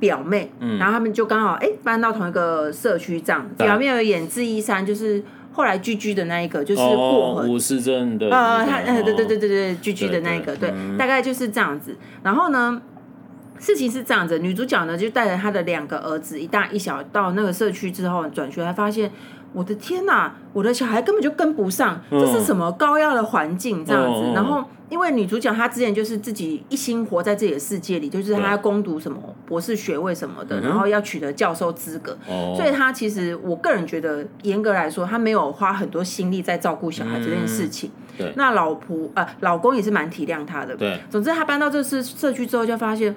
Speaker 2: 表妹，
Speaker 1: 嗯
Speaker 2: 然后他们就刚好哎搬到同一个社区这样。
Speaker 1: 对
Speaker 2: 表妹有演智一山，就是后来居居的那一个，就是过河
Speaker 1: 哦，。吴市正的，
Speaker 2: 呃，他
Speaker 1: 那
Speaker 2: 呃，
Speaker 1: 个
Speaker 2: 对对，对
Speaker 1: 哦
Speaker 2: 对对，居居的那一个，
Speaker 1: 对对
Speaker 2: 对
Speaker 1: 嗯，
Speaker 2: 大概就是这样子。然后呢，事情是这样子，女主角呢就带着她的两个儿子，一大一小，到那个社区之后转学，还发现。我的天呐、我的小孩根本就跟不上，
Speaker 1: 嗯
Speaker 2: 这是什么高压的环境这样子？
Speaker 1: 嗯嗯嗯
Speaker 2: 然后，因为女主角她之前就是自己一心活在自己的世界里，就是她
Speaker 1: 对
Speaker 2: 要攻读什么博士学位什么
Speaker 1: 嗯
Speaker 2: 的，
Speaker 1: 哼
Speaker 2: 然后要取得教授资格，
Speaker 1: 哦，
Speaker 2: 所以他其实我个人觉得，严格来说，他没有花很多心力在照顾小孩这件事情。
Speaker 1: 嗯对
Speaker 2: 那老婆呃，老公也是蛮体谅他的。
Speaker 1: 对，
Speaker 2: 总之，他搬到这社社区之后，就发现，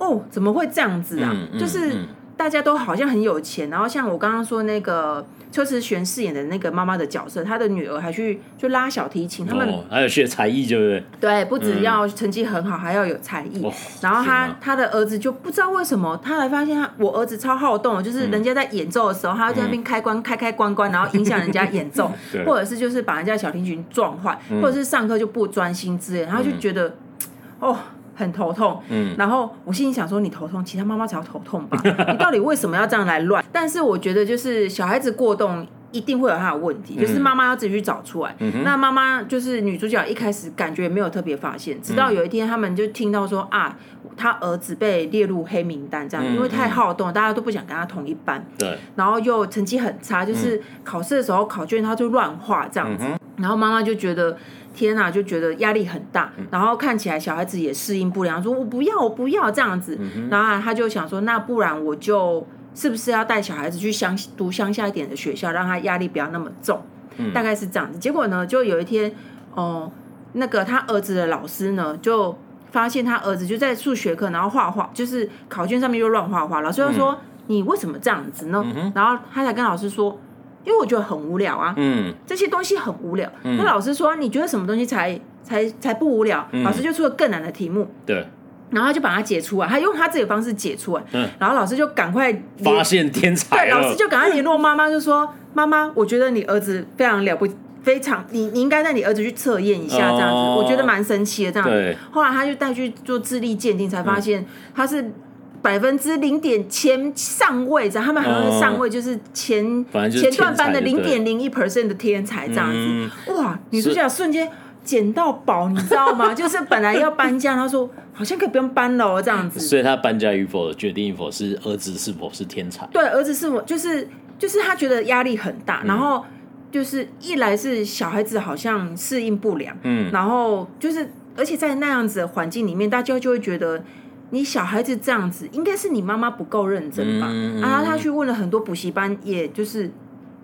Speaker 2: 哦，怎么会这样子啊？
Speaker 1: 嗯嗯
Speaker 2: 就是。
Speaker 1: 嗯
Speaker 2: 大家都好像很有钱，然后像我刚刚说那个邱慈璇饰演的那个妈妈的角色，她的女儿还去就拉小提琴，他们
Speaker 1: 哦，还有学才艺，对不对？
Speaker 2: 对，不只要成绩很好，还要有才艺。
Speaker 1: 哦
Speaker 2: 然后
Speaker 1: 天
Speaker 2: 他
Speaker 1: 哪
Speaker 2: 他的儿子就不知道为什么，他才发现他我儿子超好动的，就是人家在演奏的时候，他在那边开关开开关关，然后影响人家演奏
Speaker 1: 对，
Speaker 2: 或者是就是把人家小提琴撞坏，或者是上课就不专心之类的，然后就觉得、哦。很头痛，
Speaker 1: 嗯
Speaker 2: 然后我心里想说，你头痛，其他妈妈才要头痛 吧？你到底为什么要这样来乱？但是我觉得，就是小孩子过动一定会有他的问
Speaker 1: 嗯
Speaker 2: 题，就是妈妈要自己去找出来。那妈妈就是女主角，一开始感觉也没有特别发现，
Speaker 1: 嗯
Speaker 2: 直到有一天他们就听到说啊，他儿子被列入黑名单这样，
Speaker 1: 嗯
Speaker 2: 因为太好动，大家都不想跟他同一班，
Speaker 1: 对，
Speaker 2: 然后又成绩很差，
Speaker 1: 嗯
Speaker 2: 就是考试的时候考卷他就乱画这样子，然后妈妈就觉得。天呐、就觉得压力很大，然后看起来小孩子也适应不良，说我不要，我不要这样子。然后他就想说，那不然我就是不是要带小孩子去乡读乡下一点的学校，让他压力不要那么重，大概是这样子。结果呢，就有一天，哦、那个他儿子的老师呢，就发现他儿子就在数学课，然后画画，就是考卷上面就乱画画。老师就说：“你为什么这样子呢？”然后他才跟老师说：“因为我觉得很无聊啊，
Speaker 1: 嗯，
Speaker 2: 这些东西很无聊。那老师说：“你觉得什么东西才才才不无聊？”
Speaker 1: 嗯
Speaker 2: 老师就出了更难的题目，
Speaker 1: 对，
Speaker 2: 然后他就把它解出来，他用他自己的方式解出来。
Speaker 1: 嗯
Speaker 2: 然后老师就赶快联
Speaker 1: 发现天才
Speaker 2: 对，
Speaker 1: 了，
Speaker 2: 老师就赶快联络妈妈，就说：“妈妈，我觉得你儿子非常了不，非常你你应该带你儿子去测验一下，这样子，
Speaker 1: 哦
Speaker 2: 我觉得蛮神奇的这样子
Speaker 1: 对。”嗯
Speaker 2: 后来他就带去做智力鉴定，才发现他是。百分之零点前上位，这样他们好像是上位，就是前、
Speaker 1: 反正就是
Speaker 2: 前段班的
Speaker 1: 天
Speaker 2: 零
Speaker 1: 才就对
Speaker 2: 点零一 percent 的天才这样子。
Speaker 1: 嗯
Speaker 2: 哇，女主角瞬间捡到宝，你知道吗？ 就是本来要搬家，她说好像可以不用搬了哦，这样子。
Speaker 1: 所以他搬家与否决定与否是儿子是否是天才。
Speaker 2: 对，儿子是我，就是就是他觉得压力很大，
Speaker 1: 嗯
Speaker 2: 然后就是一来是小孩子好像适应不良，
Speaker 1: 嗯
Speaker 2: 然后就是而且在那样子的环境里面，大家就会觉得。你小孩子这样子，应该是你妈妈不够认真吧？
Speaker 1: 嗯嗯
Speaker 2: 然后他去问了很多补习班，也就是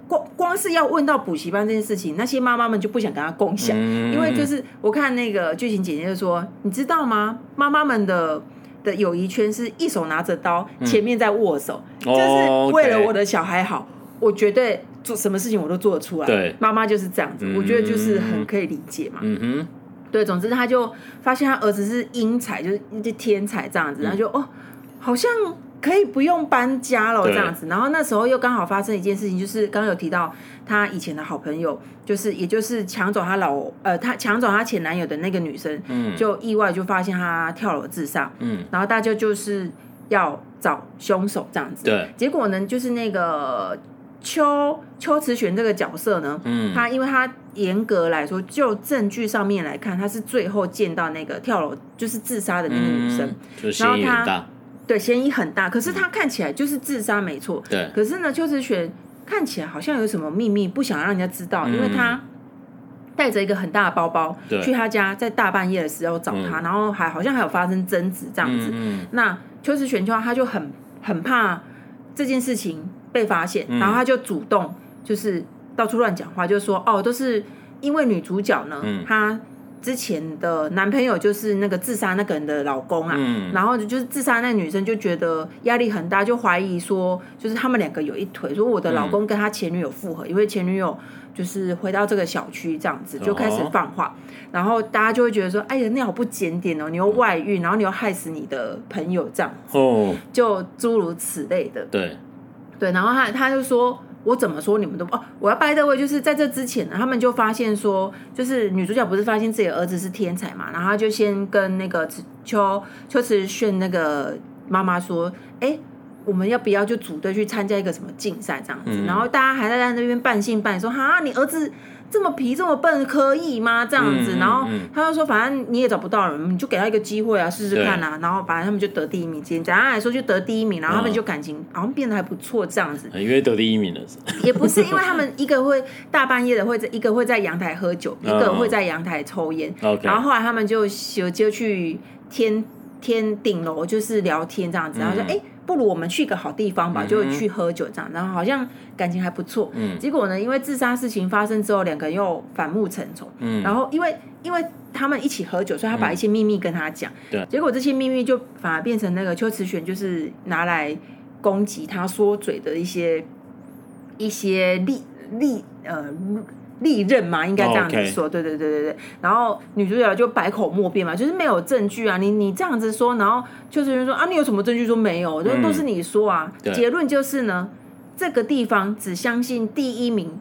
Speaker 2: 光光是要问到补习班这件事情，那些妈妈们就不想跟他共享，
Speaker 1: 嗯
Speaker 2: 因为就是我看那个剧情姐姐就说，你知道吗？妈妈们的的友谊圈是一手拿着刀，
Speaker 1: 嗯
Speaker 2: 前面在握手，
Speaker 1: 哦
Speaker 2: 就是为了
Speaker 1: OK
Speaker 2: 我的小孩好，我绝对做什么事情我都做得出来。
Speaker 1: 对
Speaker 2: 妈妈就是这样子，我觉得就是很可以理解嘛。
Speaker 1: 嗯哼，
Speaker 2: 对，总之他就发现他儿子是英才，就是就天才这
Speaker 1: 嗯
Speaker 2: 样子，然后就哦，好像可以不用搬家了这
Speaker 1: 对
Speaker 2: 样子。然后那时候又刚好发生一件事情，就是刚刚有提到他以前的好朋友，就是也就是抢走他老呃，他抢走他前男友的那个女生，
Speaker 1: 嗯
Speaker 2: 就意外就发现他跳楼自杀，
Speaker 1: 嗯，
Speaker 2: 然后大家就是要找凶手这样子。
Speaker 1: 对，
Speaker 2: 结果呢，就是那个邱邱慈璇这个角色呢，
Speaker 1: 嗯
Speaker 2: 他因为他严格来说，就证据上面来看，他是最后见到那个跳楼就是自杀的那个女生，
Speaker 1: 嗯就嫌疑很大，
Speaker 2: 对，嫌疑很大。可是他看起来就是自杀没错，
Speaker 1: 对
Speaker 2: 可是呢，邱慈璇看起来好像有什么秘密不想让人家知道，因为他。带着一个很大的包包
Speaker 1: 嗯对
Speaker 2: 去他家，在大半夜的时候找他，然后还好像还有发生争执这样子。
Speaker 1: 嗯
Speaker 2: 那邱世全就他就很很怕这
Speaker 1: 嗯
Speaker 2: 件事情被发现，然后他就主动就是到处乱讲话，就说哦都是因为女主角呢，
Speaker 1: 嗯
Speaker 2: 她之前的男朋友就是那个自杀那个人的老公啊，
Speaker 1: 嗯，
Speaker 2: 然后就是自杀那个女生就觉得压力很大，就怀疑说，就是他们两个有一腿，说我的老公跟他前女友复合，因为前女友就是回到这个小区这样子，就开始放话，然后大家就会觉得说，哎呀，你好不检点哦，你又外遇，然后你又害死你的朋友，这样
Speaker 1: 哦，
Speaker 2: 就诸如此类的。
Speaker 1: 对，
Speaker 2: 对，然后他他就说。我怎么说你们都不哦，我要拜的位就是在这之前呢，他们就发现说，就是女主角不是发现自己的儿子是天才嘛，然后他就先跟那个池邱邱慈炫那个妈妈说，哎，我们要不要就组队去参加一个什么竞赛这样子？
Speaker 1: 嗯
Speaker 2: 然后大家还在那边半信半疑说，哈，你儿子这么皮这么笨可以吗？这样子，
Speaker 1: 嗯嗯
Speaker 2: 然后
Speaker 1: 嗯
Speaker 2: 他就说，反正你也找不到人，你就给他一个机会啊，试试看啊。然后反正他们就得第一名，简单来说就得第一名，然
Speaker 1: 嗯
Speaker 2: 后他们就感情好像变得还不错这样子。
Speaker 1: 因为得第一名了，
Speaker 2: 也不是因为他们一个会大半夜的会在，一个会在阳台喝酒，一
Speaker 1: 嗯
Speaker 2: 个会在阳台抽烟。
Speaker 1: OK
Speaker 2: 然后后来他们就就就去天天顶楼就是聊天这样子，然后说
Speaker 1: 嗯
Speaker 2: 哎、诶不如我们去个好地方吧，就去喝酒这样，然后好像感情还不错。
Speaker 1: 嗯
Speaker 2: 结果呢，因为自杀事情发生之后，两个人又反目成仇。
Speaker 1: 嗯
Speaker 2: 然后因为因为他们一起喝酒，所以他把一些秘密跟他讲。
Speaker 1: 对
Speaker 2: 结果这些秘密就反而变成那个邱慈璇就是拿来攻击他说嘴的一些一些利利呃利刃嘛，应该这样子
Speaker 1: 哦 OK
Speaker 2: 说。对对对对对。然后女主角就百口莫辩嘛，就是没有证据啊，你你这样子说，然后邱慈璇说啊，你有什么证据？说没有，都、
Speaker 1: 嗯
Speaker 2: 都是你说啊。
Speaker 1: 对
Speaker 2: 结论就是呢，这个地方只相信第一名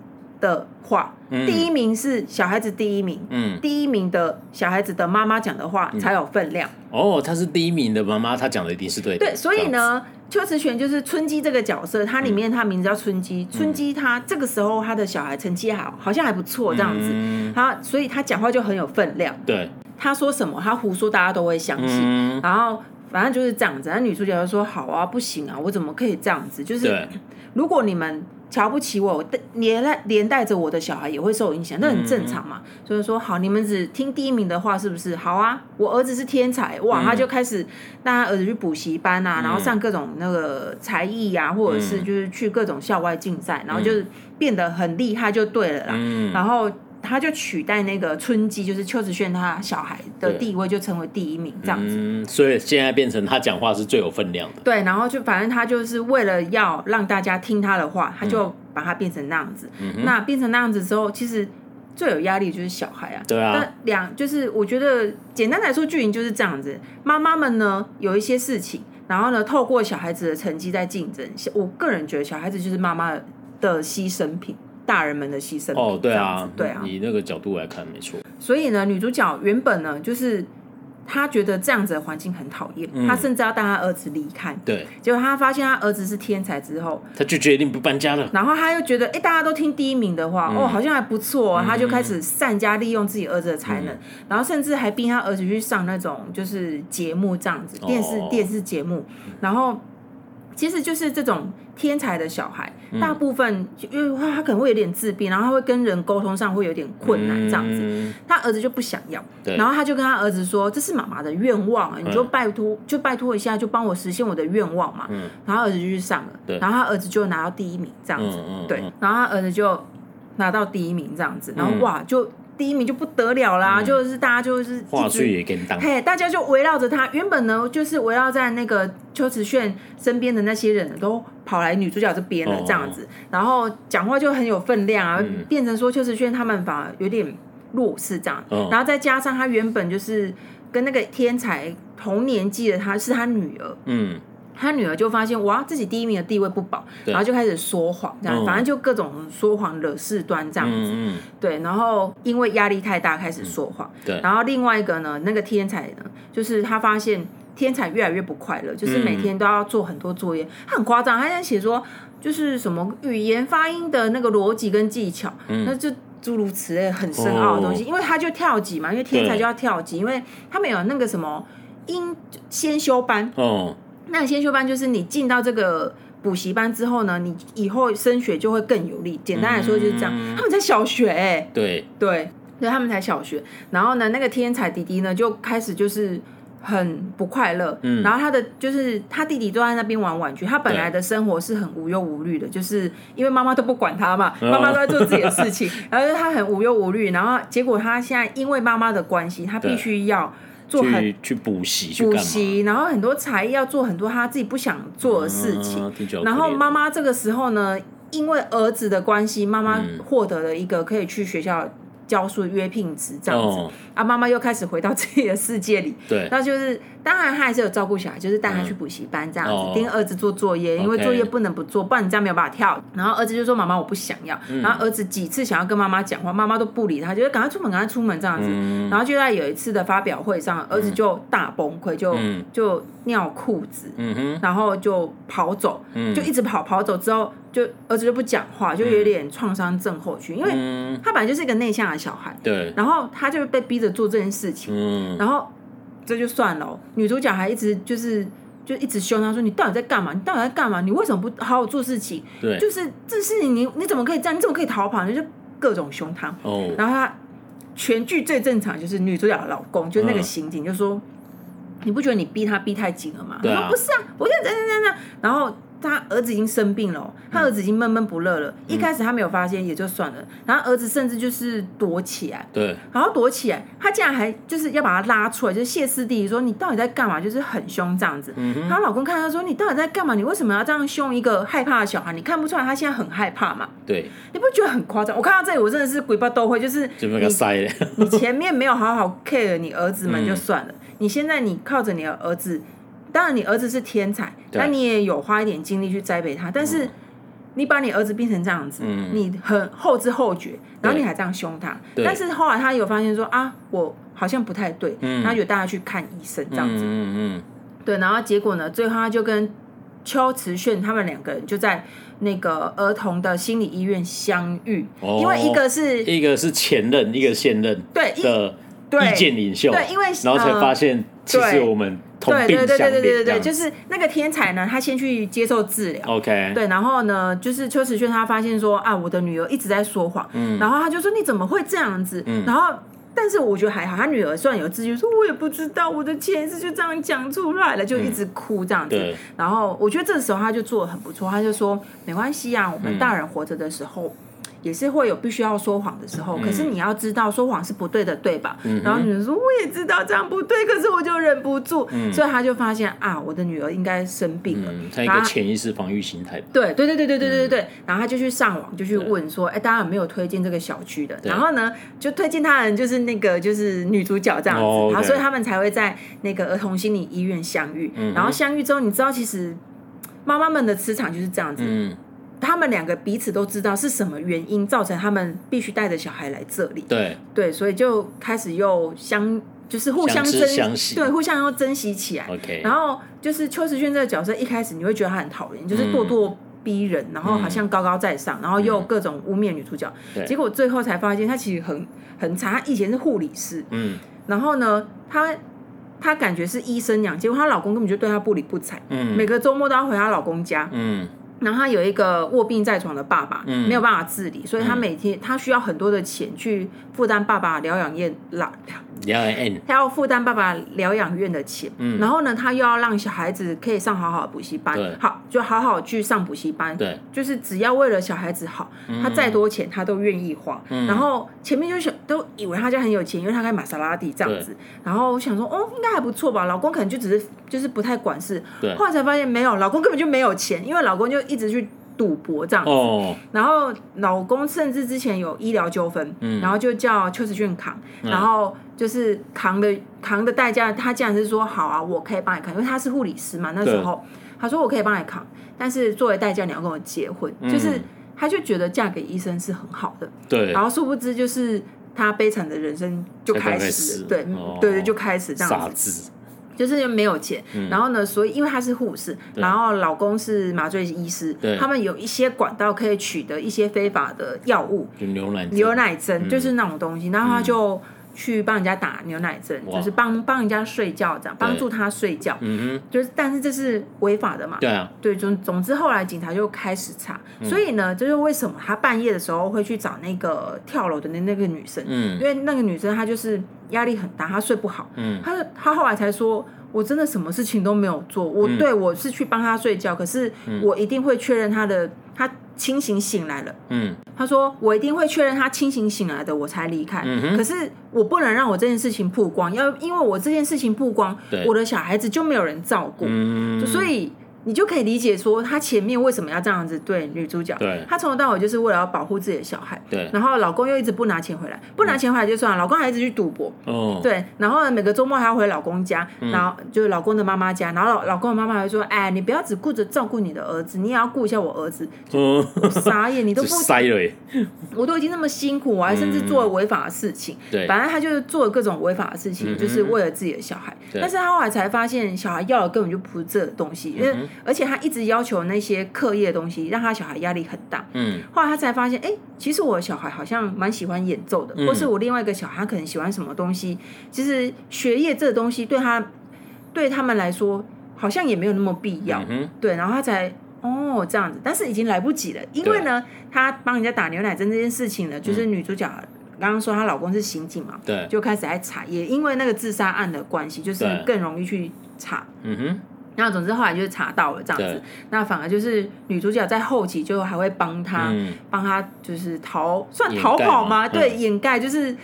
Speaker 2: 的话，
Speaker 1: 嗯
Speaker 2: 第一名是小孩子第一名，
Speaker 1: 嗯，
Speaker 2: 第一名的小孩子的妈妈讲的话才有分量。
Speaker 1: 哦，她是第一名的妈妈，她讲的一定是对的，
Speaker 2: 对，所以呢，邱慈璇就是春姬这个角色，她里
Speaker 1: 嗯
Speaker 2: 面她名字叫春姬，春姬她这个时候她的小孩成绩好，好像还不错这
Speaker 1: 这
Speaker 2: 样
Speaker 1: 样子，
Speaker 2: 子。
Speaker 1: 嗯，
Speaker 2: 她所以她讲话就很有分量，
Speaker 1: 对，
Speaker 2: 她说什么她胡说，大家都会相信。
Speaker 1: 嗯，
Speaker 2: 然后反正就是这样子，那女主角就说：“好啊，不行啊，我怎么可以这样子？就是
Speaker 1: 对，
Speaker 2: 如果你们瞧不起我，我带连带连带着我的小孩也会受影响，那
Speaker 1: 嗯
Speaker 2: 很正常嘛。所以说，好，你们只听第一名的话，是不是？好啊，我儿子是天才，哇，
Speaker 1: 嗯
Speaker 2: 他就开始带他儿子去补习班啊，然后上各种那个才艺啊，或者是
Speaker 1: 嗯
Speaker 2: 就是去各种校外竞赛，然后就是变得很厉害就对了啦。
Speaker 1: 嗯，
Speaker 2: 然后他就取代那个春姬，就是邱子炫他小孩的
Speaker 1: 对
Speaker 2: 地位，就成为第一名这样子。
Speaker 1: 嗯，所以现在变成她讲话是最有分量的，
Speaker 2: 对，然后就反正他就是为了要让大家听他的话，他
Speaker 1: 嗯
Speaker 2: 就把它变成那样子。那变成那样子之后，其实最有压力的就是小孩啊。
Speaker 1: 对啊
Speaker 2: 那两就是我觉得简单来说，剧情就是这样子。妈妈们呢有一些事情，然后呢透过小孩子的成绩在竞争。小我个人觉得小孩子就是妈妈的牺牲品，大人们的牺牲品。
Speaker 1: 哦，对
Speaker 2: 这样
Speaker 1: 啊
Speaker 2: 子，对啊。
Speaker 1: 以那个角度来看，没错，
Speaker 2: 所以呢，女主角原本呢就是她觉得这样子的环境很讨厌，
Speaker 1: 嗯
Speaker 2: 她甚至要带她儿子离开。
Speaker 1: 对，
Speaker 2: 结果她发现她儿子是天才之后，
Speaker 1: 她就决定不搬家了，
Speaker 2: 然后她又觉得，哎，大家都听第一名的
Speaker 1: 嗯
Speaker 2: 话，哦，好像还不错、哦，她就开始善加利用自己儿子的才
Speaker 1: 嗯
Speaker 2: 能，然后甚至还逼她儿子去上那种就是节目这样子，电视、
Speaker 1: 哦
Speaker 2: 电视节目，然后。其实就是这种天才的小孩，
Speaker 1: 嗯
Speaker 2: 大部分因为他可能会有点自闭，然后他会跟人沟通上会有点困难这样子。
Speaker 1: 嗯
Speaker 2: 他儿子就不想要，
Speaker 1: 对嗯
Speaker 2: 然后他就跟他儿子说：“这是妈妈的愿望啊，你就拜托，就拜托一下，就帮我实现我的愿望嘛。”然后他儿子就去上了，
Speaker 1: 嗯对
Speaker 2: 然后他儿子就拿到第一名这样子，
Speaker 1: 嗯嗯
Speaker 2: 对
Speaker 1: 嗯，
Speaker 2: 然后他儿子就拿到第一名这样子，然后哇，就第一名就不得了啦，
Speaker 1: 嗯
Speaker 2: 就是大家就是
Speaker 1: 话
Speaker 2: 一
Speaker 1: 术
Speaker 2: 直。
Speaker 1: 也给你当，
Speaker 2: 嘿大家就围绕着他。原本呢，就是围绕在那个邱慈炫身边的那些人都跑来女主角这边了，
Speaker 1: 哦嗯
Speaker 2: 这样子，然后讲话就很有分量啊，变成说邱慈炫他们反而有点弱势这样。
Speaker 1: 哦
Speaker 2: 然后再加上他原本就是跟那个天才同年纪的他是他女儿，
Speaker 1: 嗯，
Speaker 2: 他女儿就发现哇，自己第一名的地位不保，
Speaker 1: 对
Speaker 2: 然后就开始说谎，这样、
Speaker 1: 嗯
Speaker 2: 反正就各种说谎惹事端这样子。
Speaker 1: 嗯嗯，
Speaker 2: 对，然后因为压力太大开始说谎。
Speaker 1: 对
Speaker 2: 然后另外一个呢，那个天才呢，就是他发现天才越来越不快乐，
Speaker 1: 嗯
Speaker 2: 就是每天都要做很多作业，他很夸张，他在写说就是什么语言发音的那个逻辑跟技巧，那就。诸如此类很深奥的东
Speaker 1: 嗯
Speaker 2: 西，
Speaker 1: 哦
Speaker 2: 因为他就跳级嘛，因为天才
Speaker 1: 对
Speaker 2: 就要跳级，因为他们有那个什么英先修班，
Speaker 1: 哦，
Speaker 2: 那先修班就是你进到这个补习班之后呢，你以后升学就会更有利。简单来说就是这样。
Speaker 1: 嗯
Speaker 2: 他们才小学哎、
Speaker 1: 对，
Speaker 2: 对，对他们才小学。然后呢，那个天才弟弟呢就开始就是很不快乐，
Speaker 1: 嗯
Speaker 2: 然后他的就是他弟弟都在那边玩玩具，他本来的生活是很无忧无虑的，就是因为妈妈都不管他嘛，
Speaker 1: 哦
Speaker 2: 妈妈都在做自己的事 情，然后就是他很无忧无虑，然后结果他现在因为妈妈的关系，他必须要做很
Speaker 1: 去去补习去
Speaker 2: 补
Speaker 1: 干嘛？
Speaker 2: 习，然后很多才艺要做很多他自己不想做的事情，
Speaker 1: 嗯听起来好
Speaker 2: 然
Speaker 1: 可
Speaker 2: 后
Speaker 1: 怜
Speaker 2: 妈妈这个时候呢，因为儿子的关系，妈妈
Speaker 1: 嗯
Speaker 2: 获得了一个可以去学校教书约聘职这样子。
Speaker 1: 哦，
Speaker 2: 啊，妈妈又开始回到自己的世界里，
Speaker 1: 对，
Speaker 2: 那就是当然她还是有照顾小孩，就是带他去补习班这样子，
Speaker 1: 嗯哦
Speaker 2: 盯儿子做作业，因为
Speaker 1: OK
Speaker 2: 作业不能不做，不然你这样没有办法跳。然后儿子就说：“妈妈，我不想要。
Speaker 1: 嗯
Speaker 2: 然后儿子几次想要跟妈妈讲话，妈妈都不理他，就是赶快出门，赶快出门这样子。
Speaker 1: 嗯
Speaker 2: 然后就在有一次的发表会上，儿子就大崩溃，就、
Speaker 1: 嗯
Speaker 2: 就尿裤子，
Speaker 1: 嗯哼，
Speaker 2: 然后就跑走，
Speaker 1: 嗯
Speaker 2: 就一直跑跑走之后，就儿子就不讲话，就有点创伤症候群，因为
Speaker 1: 嗯，
Speaker 2: 他本来就是一个内向的小孩，
Speaker 1: 对，
Speaker 2: 然后他就被逼着做这件事情，
Speaker 1: 嗯，
Speaker 2: 然后这就算了哦、女主角还一直就是就一直凶他说：“你到底在干嘛？你到底在干嘛？你为什么不好好做事情？
Speaker 1: 对，
Speaker 2: 就是这事情你你怎么可以这样？你怎么可以逃跑？”你就各种凶他。
Speaker 1: 哦，
Speaker 2: 然后他全剧最正常就是女主角的老
Speaker 1: 嗯
Speaker 2: 公，就是那个刑警，就说：“你不觉得你逼他逼太紧了吗？”
Speaker 1: 对啊
Speaker 2: 他说：“不是啊，我就这样这样这样。”然后他儿子已经生病了哦，他儿子已经闷闷不乐了。
Speaker 1: 嗯
Speaker 2: 一开始他没有发现也就算了，然后儿子甚至就是躲起来，
Speaker 1: 对，
Speaker 2: 然后躲起来，他竟然还就是要把他拉出来，就是歇斯底里说你到底在干嘛，就是很凶这样子。她、老公看她说你到底在干嘛，你为什么要这样凶一个害怕的小孩？你看不出来他现在很害怕嘛？
Speaker 1: 对，
Speaker 2: 你不觉得很夸张？我看到这里我真的是鬼巴都会，就是
Speaker 1: 就那个
Speaker 2: 你
Speaker 1: 塞了，
Speaker 2: 你前面没有好好 care 你儿子
Speaker 1: 嗯
Speaker 2: 们就算了，你现在你靠着你的儿子，当然你儿子是天才，
Speaker 1: 对嗯
Speaker 2: 但你也有花一点精力去栽培他，但是。你把你儿子变成这样子，你很后知后觉，然后你还这样凶他，
Speaker 1: 对
Speaker 2: 但是后来他有发现说啊，我好像不太对，然后就带他去看医生这样子，
Speaker 1: 嗯嗯
Speaker 2: 对，然后结果呢，最后他就跟邱慈炫他们两个人就在那个儿童的心理医院相遇，
Speaker 1: 哦
Speaker 2: 因为一个是
Speaker 1: 嗯，一个是前任，一个现任
Speaker 2: 对一
Speaker 1: 的
Speaker 2: 对
Speaker 1: 意见领袖，
Speaker 2: 对因为
Speaker 1: 然后才发现其实
Speaker 2: 对
Speaker 1: 我们同
Speaker 2: 对
Speaker 1: 病
Speaker 2: 对对
Speaker 1: 相
Speaker 2: 对对对
Speaker 1: 怜，这
Speaker 2: 对，
Speaker 1: 样嗯
Speaker 2: 就是那个天才呢，他先去接受治疗。
Speaker 1: OK，
Speaker 2: 对，然后呢，就是邱慈炫他发现说啊，我的女儿一直在说谎，
Speaker 1: 嗯
Speaker 2: 然后他就说你怎么会这样子？然后但是我觉得还好，他女儿虽然有自觉，说我也不知道，我的潜意识就这样讲出来了，就一直哭这样子。
Speaker 1: 对
Speaker 2: 然后我觉得这时候他就做的很不错，他就说没关系啊，我们大人活着的时候。也是会有必须要说谎的时候，可是你要知道说谎是不对的，对吧？然后女儿说我也知道这样不对，可是我就忍不住，所以他就发现啊，我的女儿应该生病了，
Speaker 1: 嗯，他一
Speaker 2: 然后
Speaker 1: 个潜意识防御心态吧，
Speaker 2: 对对对对对对
Speaker 1: 嗯
Speaker 2: 对对、然后他就去上网就去问说，哎，大家有没有推荐这个小区的？然后呢，就推荐他的人就是那个就是女主角这样子，
Speaker 1: 哦
Speaker 2: 然后
Speaker 1: OK
Speaker 2: 所以他们才会在那个儿童心理医院相遇。
Speaker 1: 嗯
Speaker 2: 然后相遇之后，你知道其实妈妈们的磁场就是这样子，
Speaker 1: 嗯，
Speaker 2: 他们两个彼此都知道是什么原因造成他们必须带着小孩来这里。
Speaker 1: 对，
Speaker 2: 对，所以就开始又相就是互相
Speaker 1: 相知
Speaker 2: 珍
Speaker 1: 相惜
Speaker 2: 对，互相要珍惜起来。
Speaker 1: OK
Speaker 2: 然后就是邱时轩这个角色，一开始你会觉得他很讨人厌，就是
Speaker 1: 嗯
Speaker 2: 咄咄逼人，然后好像高高在上，然后又各种污蔑女主角。
Speaker 1: 对
Speaker 2: 结果最后才发现他其实很很差，他以前是护理师，
Speaker 1: 嗯
Speaker 2: 然后呢，他。她感觉是医生娘，结果她老公根本就对她不理不睬。
Speaker 1: 嗯
Speaker 2: 每个周末都要回她老公家，
Speaker 1: 嗯，
Speaker 2: 然后她有一个卧病在床的爸爸，没有办法自理，
Speaker 1: 嗯
Speaker 2: 所以她每天她需要很多的钱去负担爸爸疗养院老，
Speaker 1: 两 N
Speaker 2: 她要负担爸爸疗养院的钱，然后呢，她又要让小孩子可以上好好的补习班
Speaker 1: 嗯对，
Speaker 2: 好就好好去上补习班，
Speaker 1: 对，嗯
Speaker 2: 就是只要为了小孩子好，她再多钱她都愿意花。然后前面就想都以为她家很有钱，因为她开玛莎拉蒂这样子，然后我想说哦，应该还不错吧，老公可能就只是就是不太管事，
Speaker 1: 对
Speaker 2: 后来才发现没有，老公根本就没有钱，因为老公就一直去赌博这样子。
Speaker 1: 哦，
Speaker 2: 然后老公甚至之前有医疗纠纷，
Speaker 1: 嗯
Speaker 2: 然后就叫邱子俊扛，然后就是扛的扛的代价，他竟然是说好啊，我可以帮你扛，因为他是护理师嘛，那时候他说我可以帮你扛，但是作为代价你要跟我结婚，
Speaker 1: 嗯
Speaker 2: 就是他就觉得嫁给医生是很好的，
Speaker 1: 对
Speaker 2: 然，后殊不知就是他悲惨的人生就
Speaker 1: 才
Speaker 2: 开
Speaker 1: 刚开
Speaker 2: 始
Speaker 1: 始
Speaker 2: 了，对、
Speaker 1: 哦
Speaker 2: 对对，就开始这样
Speaker 1: 傻
Speaker 2: 子，
Speaker 1: 子，
Speaker 2: 就是没有钱，
Speaker 1: 嗯
Speaker 2: 然后呢，所以因为她是护士，然后老公是麻醉医师
Speaker 1: 对，
Speaker 2: 他们有一些管道可以取得一些非法的药物，
Speaker 1: 就牛奶，嗯
Speaker 2: 牛奶针就是那种东西，然后她就去帮人家打牛奶针，
Speaker 1: 哇
Speaker 2: 就是帮帮人家睡觉这样，帮助他睡觉。
Speaker 1: 嗯哼，
Speaker 2: 就是，但是这是违法的嘛？
Speaker 1: 对啊，
Speaker 2: 对，总总之后来警察就开始查，
Speaker 1: 嗯
Speaker 2: 所以呢，这就是为什么他半夜的时候会去找那个跳楼的那那个女生，
Speaker 1: 嗯
Speaker 2: 因为那个女生她就是压力很大，她睡不好，
Speaker 1: 嗯
Speaker 2: 她她后来才说。我真的什么事情都没有做，我、
Speaker 1: 嗯
Speaker 2: 对我是去帮她睡觉，可是我一定会确认她的她清醒醒来了。
Speaker 1: 嗯
Speaker 2: 她说我一定会确认她清醒醒来的，我才离开。
Speaker 1: 嗯哼
Speaker 2: 可是我不能让我这件事情曝光，要因为我这件事情曝光
Speaker 1: 对，
Speaker 2: 我的小孩子就没有人照顾。
Speaker 1: 嗯，
Speaker 2: 就所以你就可以理解说，他前面为什么要这样子对女主角？
Speaker 1: 对
Speaker 2: 他从头到尾就是为了要保护自己的小孩。
Speaker 1: 对
Speaker 2: 然后老公又一直不拿钱回来，不拿钱回来就算了，老公还一直去赌博。
Speaker 1: 哦，
Speaker 2: 对，然后呢每个周末还要回老公家，
Speaker 1: 嗯
Speaker 2: 然后就是老公的妈妈家，然后老老公的妈妈还说：“哎，你不要只顾着照顾你的儿子，你也要顾一下我儿子。
Speaker 1: 嗯，”
Speaker 2: 傻眼，你都
Speaker 1: 就
Speaker 2: 不，
Speaker 1: 塞了耶，
Speaker 2: 我都已经那么辛苦，我还甚至做了违法的事情。
Speaker 1: 嗯对，
Speaker 2: 反正他就是做了各种违法的事情，
Speaker 1: 嗯哼
Speaker 2: 就是为了自己的小孩。
Speaker 1: 对
Speaker 2: 但是他后来才发现，小孩要的根本就不是这个东西，因
Speaker 1: 嗯
Speaker 2: 为、而且他一直要求那些课业的东西，让他小孩压力很大。
Speaker 1: 嗯
Speaker 2: 后来他才发现，哎、其实我的小孩好像蛮喜欢演奏的，
Speaker 1: 嗯
Speaker 2: 或是我另外一个小孩他可能喜欢什么东西。其实学业这个东西对他对他们来说，好像也没有那么必要。
Speaker 1: 嗯哼，
Speaker 2: 对，然后他才哦这样子，但是已经来不及了，因为呢，他帮人家打牛奶针这件事情呢，
Speaker 1: 嗯
Speaker 2: 就是女主角刚刚说她老公是刑警嘛，
Speaker 1: 对，
Speaker 2: 就开始在查，也因为那个自杀案的关系，就是
Speaker 1: 对
Speaker 2: 更容易去查。
Speaker 1: 嗯哼，
Speaker 2: 那总之后来就是查到了这样子
Speaker 1: 对，
Speaker 2: 那反而就是女主角在后期就还会帮他，
Speaker 1: 嗯
Speaker 2: 帮他就是逃，算
Speaker 1: 掩
Speaker 2: 逃
Speaker 1: 盖
Speaker 2: 跑
Speaker 1: 嘛
Speaker 2: 吗？
Speaker 1: 嗯
Speaker 2: 对，掩盖就是，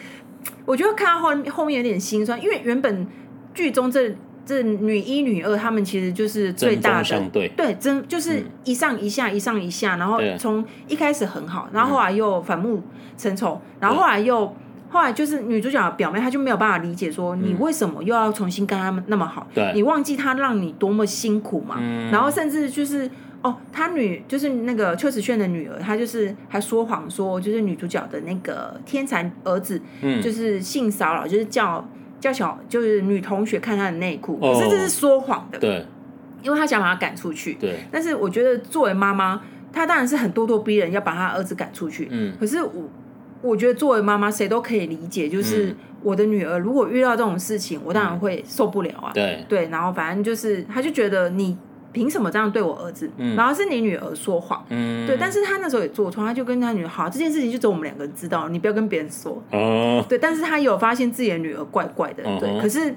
Speaker 2: 我觉得看到后面后面有点心酸，因为原本剧中这这女一女二他们其实就是最
Speaker 1: 针
Speaker 2: 大
Speaker 1: 锋
Speaker 2: 的
Speaker 1: 相对，
Speaker 2: 对，真就是
Speaker 1: 嗯
Speaker 2: 一上一下，一上一下，然后
Speaker 1: 对啊嗯
Speaker 2: 从一开始很好，然后后来又反目成仇，然后后来又后来就是女主角的表妹，她就没有办法理解说
Speaker 1: 嗯
Speaker 2: 你为什么又要重新跟他们那么好，
Speaker 1: 对
Speaker 2: 你忘记她让你多么辛苦嘛，
Speaker 1: 嗯
Speaker 2: 然后甚至就是。哦，她女就是那个邱子炫的女儿，她就是还说谎说，就是女主角的那个天才儿子，
Speaker 1: 嗯
Speaker 2: 就是性骚扰，就是叫叫小就是女同学看她的内裤，
Speaker 1: 哦
Speaker 2: 可是这是说谎的，
Speaker 1: 对
Speaker 2: 因为她想把她赶出去。
Speaker 1: 对，
Speaker 2: 但是我觉得作为妈妈，她当然是很咄咄逼人，要把她儿子赶出去。
Speaker 1: 嗯
Speaker 2: 可是我我觉得作为妈妈，谁都可以理解，就是
Speaker 1: 嗯
Speaker 2: 我的女儿如果遇到这种事情，我当然会受不了啊。
Speaker 1: 对，
Speaker 2: 对，然后反正就是，她就觉得你凭什么这样对我儿子？
Speaker 1: 嗯
Speaker 2: 然后是你女儿说谎。
Speaker 1: 嗯，
Speaker 2: 对，但是她那时候也做错，她就跟她女儿好，这件事情就只有我们两个人知道，你不要跟别人说。
Speaker 1: 哦，
Speaker 2: 对，但是她有发现自己的女儿怪怪的，
Speaker 1: 嗯哼
Speaker 2: 对。可是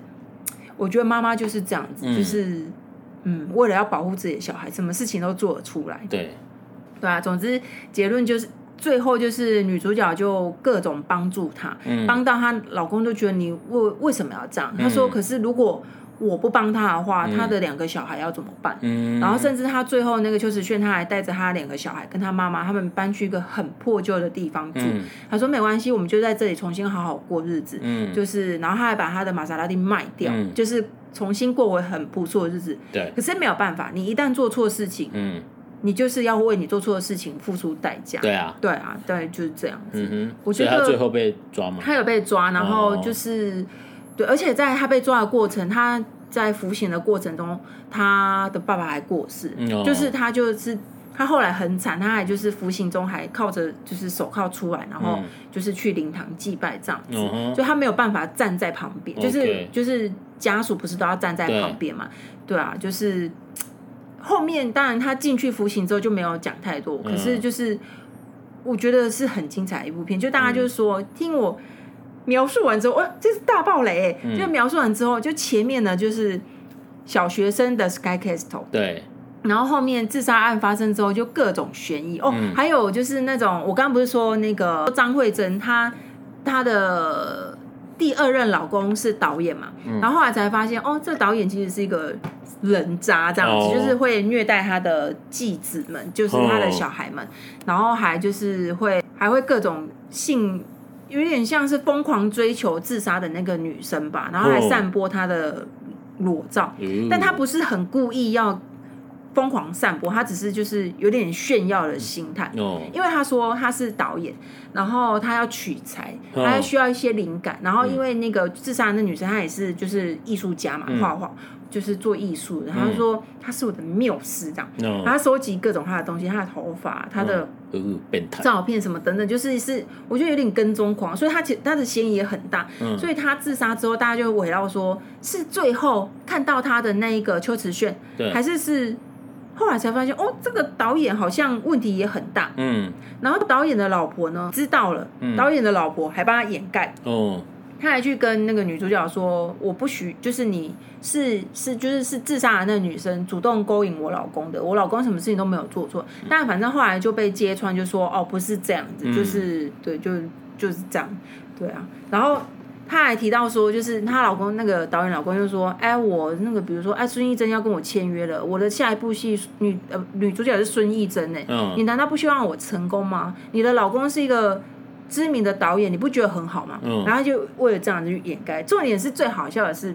Speaker 2: 我觉得妈妈就是这样子，
Speaker 1: 嗯
Speaker 2: 就是嗯，为了要保护自己的小孩，什么事情都做得出来，
Speaker 1: 对，
Speaker 2: 对啊。总之结论就是。最后就是女主角就各种帮助她，
Speaker 1: 嗯
Speaker 2: 帮到她老公就觉得你为为什么要这样？她说：“
Speaker 1: 嗯
Speaker 2: 可是如果我不帮她的话，
Speaker 1: 嗯
Speaker 2: 她的两个小孩要怎么办？”
Speaker 1: 嗯，
Speaker 2: 然后甚至她最后那个邱子炫，她还带着她两个小孩跟她妈妈，他们搬去一个很破旧的地方住。
Speaker 1: 嗯
Speaker 2: 他说没关系，我们就在这里重新好好过日子。
Speaker 1: 嗯，
Speaker 2: 就是，然后他还把他的玛莎拉蒂卖掉，
Speaker 1: 嗯
Speaker 2: 就是重新过回很不错的日子。
Speaker 1: 对，
Speaker 2: 可是没有办法，你一旦做错事情，
Speaker 1: 嗯，
Speaker 2: 你就是要为你做错的事情付出代价。
Speaker 1: 对啊，
Speaker 2: 对啊，对，就是这样子。
Speaker 1: 嗯
Speaker 2: 我
Speaker 1: 哼，
Speaker 2: 觉
Speaker 1: 所以
Speaker 2: 得
Speaker 1: 他最后被抓嘛，
Speaker 2: 他有被抓，然后
Speaker 1: 哦
Speaker 2: 就是、对，而且在他被抓的过程，他在服刑的过程中，他的爸爸还过世，
Speaker 1: 嗯哦
Speaker 2: 就是他就是他后来很惨，他还就是服刑中还靠着就是手铐出来，然后
Speaker 1: 嗯
Speaker 2: 就是去灵堂祭拜这样子，
Speaker 1: 嗯哼
Speaker 2: 就他没有办法站在旁边，就是
Speaker 1: OK
Speaker 2: 就是家属不是都要站在
Speaker 1: 对
Speaker 2: 旁边嘛？对啊，就是。后面当然他进去服刑之后就没有讲太多，可是
Speaker 1: 嗯
Speaker 2: 就是我觉得是很精彩的一部片，就大家就是说、听我描述完之后，哇，这是大爆雷欸、
Speaker 1: 嗯
Speaker 2: 就描述完之后，就前面呢就是小学生的 Sky Castle，
Speaker 1: 对，
Speaker 2: 然后后面自杀案发生之后就各种悬疑哦，
Speaker 1: 嗯
Speaker 2: 还有就是那种我刚刚不是说那个张慧珍她她的。第二任老公是导演嘛，
Speaker 1: 嗯
Speaker 2: 然后后来才发现，哦，这导演其实是一个人渣，这样子、
Speaker 1: 哦
Speaker 2: 就是会虐待他的继子们，就是他的小孩
Speaker 1: 哦
Speaker 2: 们，然后还就是会还会各种性，有点像是疯狂追求自杀的那个女生吧，然后还
Speaker 1: 哦
Speaker 2: 散播她的裸照，
Speaker 1: 嗯
Speaker 2: 但他不是很故意要疯狂散播，他只是就是有点炫耀的心态。
Speaker 1: 哦，
Speaker 2: 因为他说他是导演，然后他要取材，
Speaker 1: 哦
Speaker 2: 他需要一些灵感，然后因为那个自杀的那女生她也是就是艺术家嘛，画画，就是做艺术的，然后他说他是我的缪斯这样，
Speaker 1: 嗯
Speaker 2: 然
Speaker 1: 哦
Speaker 2: 后他收集各种他的东西，他的头发，他的
Speaker 1: 呃，变态，
Speaker 2: 照片什么等等，就是是我觉得有点跟踪狂，所以他其他的嫌疑也很大，
Speaker 1: 嗯
Speaker 2: 所以他自杀之后，大家就围绕说是最后看到他的那一个邱慈炫，
Speaker 1: 对，
Speaker 2: 还是是后来才发现哦，这个导演好像问题也很大，
Speaker 1: 嗯，
Speaker 2: 然后导演的老婆呢知道了，
Speaker 1: 嗯
Speaker 2: 导演的老婆还帮他掩盖，
Speaker 1: 哦，
Speaker 2: 他还去跟那个女主角说：“我不许，就是你是是就是是自杀的那个女生主动勾引我老公的，我老公什么事情都没有做错。”但反正后来就被揭穿，就说：“哦，不是这样子，
Speaker 1: 嗯
Speaker 2: 就是对，就就是这样，对啊。”然后他还提到说，就是她老公那个导演老公就说：“哎，我那个比如说，哎，孙艺珍要跟我签约了，我的下一部戏女呃女主角是孙艺珍呢、欸
Speaker 1: 嗯
Speaker 2: 你难道不希望我成功吗？你的老公是一个知名的导演，你不觉得很好吗？
Speaker 1: 嗯
Speaker 2: 然后他就为了这样子去掩盖。重点是最好笑的是，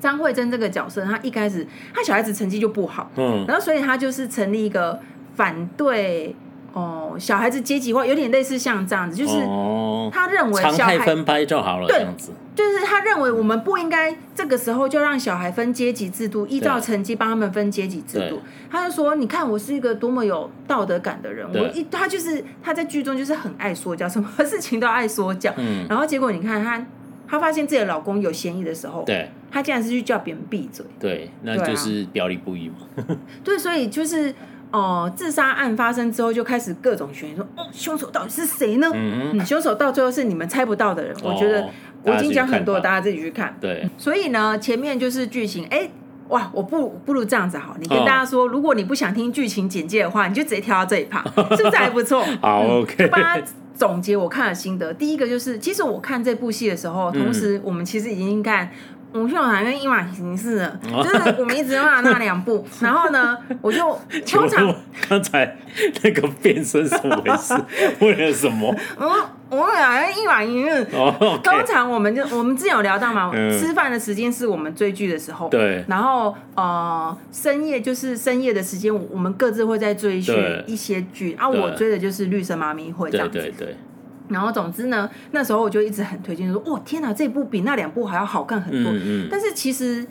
Speaker 2: 张慧珍这个角色，她一开始她小孩子成绩就不好，
Speaker 1: 嗯，
Speaker 2: 然后所以她就是成立一个反对哦小孩子阶级化，有点类似像这样子，就是
Speaker 1: 哦，
Speaker 2: 她认为
Speaker 1: 常
Speaker 2: 小孩
Speaker 1: 态分拍就好了，
Speaker 2: 对
Speaker 1: 这样子，
Speaker 2: 就是他认为我们不应该这个时候就让小孩分阶级制度，依照成绩帮他们分阶级制
Speaker 1: 对
Speaker 2: 度。他就说：“你看我是一个多么有道德感的人，我
Speaker 1: 对
Speaker 2: 一他就是他在剧中就是很爱说教，什么事情都爱说教。
Speaker 1: 嗯，
Speaker 2: 然后结果你看他，他发现自己的老公有嫌疑的时候，
Speaker 1: 对
Speaker 2: 他竟然是去叫别人闭嘴。
Speaker 1: 对，那
Speaker 2: 对啊
Speaker 1: 就是表里不一嘛，
Speaker 2: 对，所以就是哦、呃自杀案发生之后就开始各种悬疑，说哦，凶手到底是谁呢？
Speaker 1: 嗯，
Speaker 2: 嗯，凶手到最后是你们猜不到的人。我觉得
Speaker 1: 哦
Speaker 2: 我已经讲很多，
Speaker 1: 大
Speaker 2: 大
Speaker 1: 家
Speaker 2: 家自己去看。”
Speaker 1: 自己看吧
Speaker 2: 所以呢，前面就是剧情，哎、哇，我不不如这样子好，你跟
Speaker 1: 哦
Speaker 2: 大家说，如果你不想听剧情简介的话，你就直接跳到这一 趴，是不是还不错？
Speaker 1: 对，好
Speaker 2: 我
Speaker 1: ，OK，
Speaker 2: 帮他总结我看的心得，第一个就是，其实我看这部戏的时候，
Speaker 1: 嗯
Speaker 2: 同时我们其实已经看。吴秀兰跟伊马形式了，
Speaker 1: 哦
Speaker 2: 就是我们一直骂那 两部，然后呢，我就通常
Speaker 1: 我刚才那个变身是怎么回事？为了什么？
Speaker 2: 我嗯我俩一碗一日。
Speaker 1: 哦，OK，
Speaker 2: 通常我们就我们之前有聊到嘛，
Speaker 1: 嗯
Speaker 2: 吃饭的时间是我们追剧的时候，
Speaker 1: 对
Speaker 2: 然后呃，深夜就是深夜的时间，我我们各自会在追剧
Speaker 1: 对
Speaker 2: 一些剧啊。
Speaker 1: 对
Speaker 2: 我追的就是《绿色妈咪会》
Speaker 1: 对
Speaker 2: 这样子。
Speaker 1: 对对，
Speaker 2: 然后总之呢，那时候我就一直很推荐说，哇，天哪，这部比那两部还要好看很多。
Speaker 1: 嗯嗯，
Speaker 2: 但是其实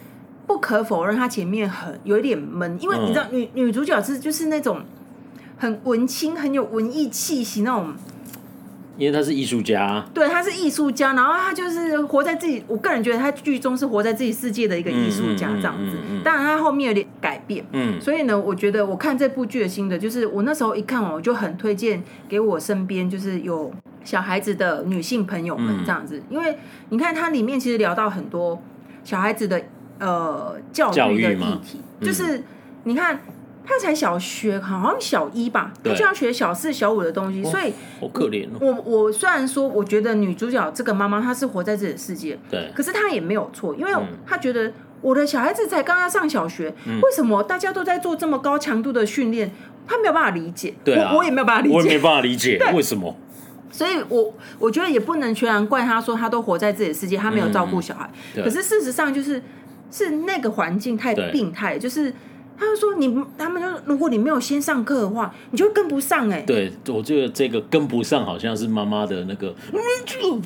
Speaker 2: 不可否认，它前面很有一点闷，因为
Speaker 1: 嗯
Speaker 2: 你知道女、女主角是就是那种很文青、很有文艺气息那种。
Speaker 1: 因为他是艺术家，
Speaker 2: 对，他是艺术家，然后他就是活在自己，我个人觉得他剧中是活在自己世界的一个艺术家
Speaker 1: 嗯嗯嗯
Speaker 2: 这样子
Speaker 1: 嗯嗯。
Speaker 2: 当然，他后面有点改变，
Speaker 1: 嗯，
Speaker 2: 所以呢，我觉得我看这部剧的心得就是，我那时候一看完，我就很推荐给我身边就是有小孩子的女性朋友们
Speaker 1: 嗯
Speaker 2: 这样子，因为你看它里面其实聊到很多小孩子的呃教
Speaker 1: 教
Speaker 2: 育
Speaker 1: 育
Speaker 2: 的
Speaker 1: 嘛嗯
Speaker 2: 议题，就是你看。他才小学，好像小一吧，他
Speaker 1: 对
Speaker 2: 就要学小四、小五的东西，所以
Speaker 1: 好可怜哦，
Speaker 2: 我我虽然说，我觉得女主角这个妈妈她是活在自己的世界，
Speaker 1: 对，
Speaker 2: 可是她也没有错，因为
Speaker 1: 嗯
Speaker 2: 她觉得我的小孩子才刚刚上小学，为什么大家都在做这么高强度的训练？她没有办法理解，
Speaker 1: 对啊
Speaker 2: 我我也没有办法理
Speaker 1: 我也
Speaker 2: 解，
Speaker 1: 没办法理解为什么，
Speaker 2: 所以我我觉得也不能全然怪她说她都活在自己的世界，她没有照顾小孩。
Speaker 1: 嗯对
Speaker 2: 可是事实上就是是那个环境太
Speaker 1: 对
Speaker 2: 病态，就是他就说你他们就说如果你没有先上课的话，你就跟不上哎、欸
Speaker 1: 对，我觉得这个跟不上，好像是妈妈的那个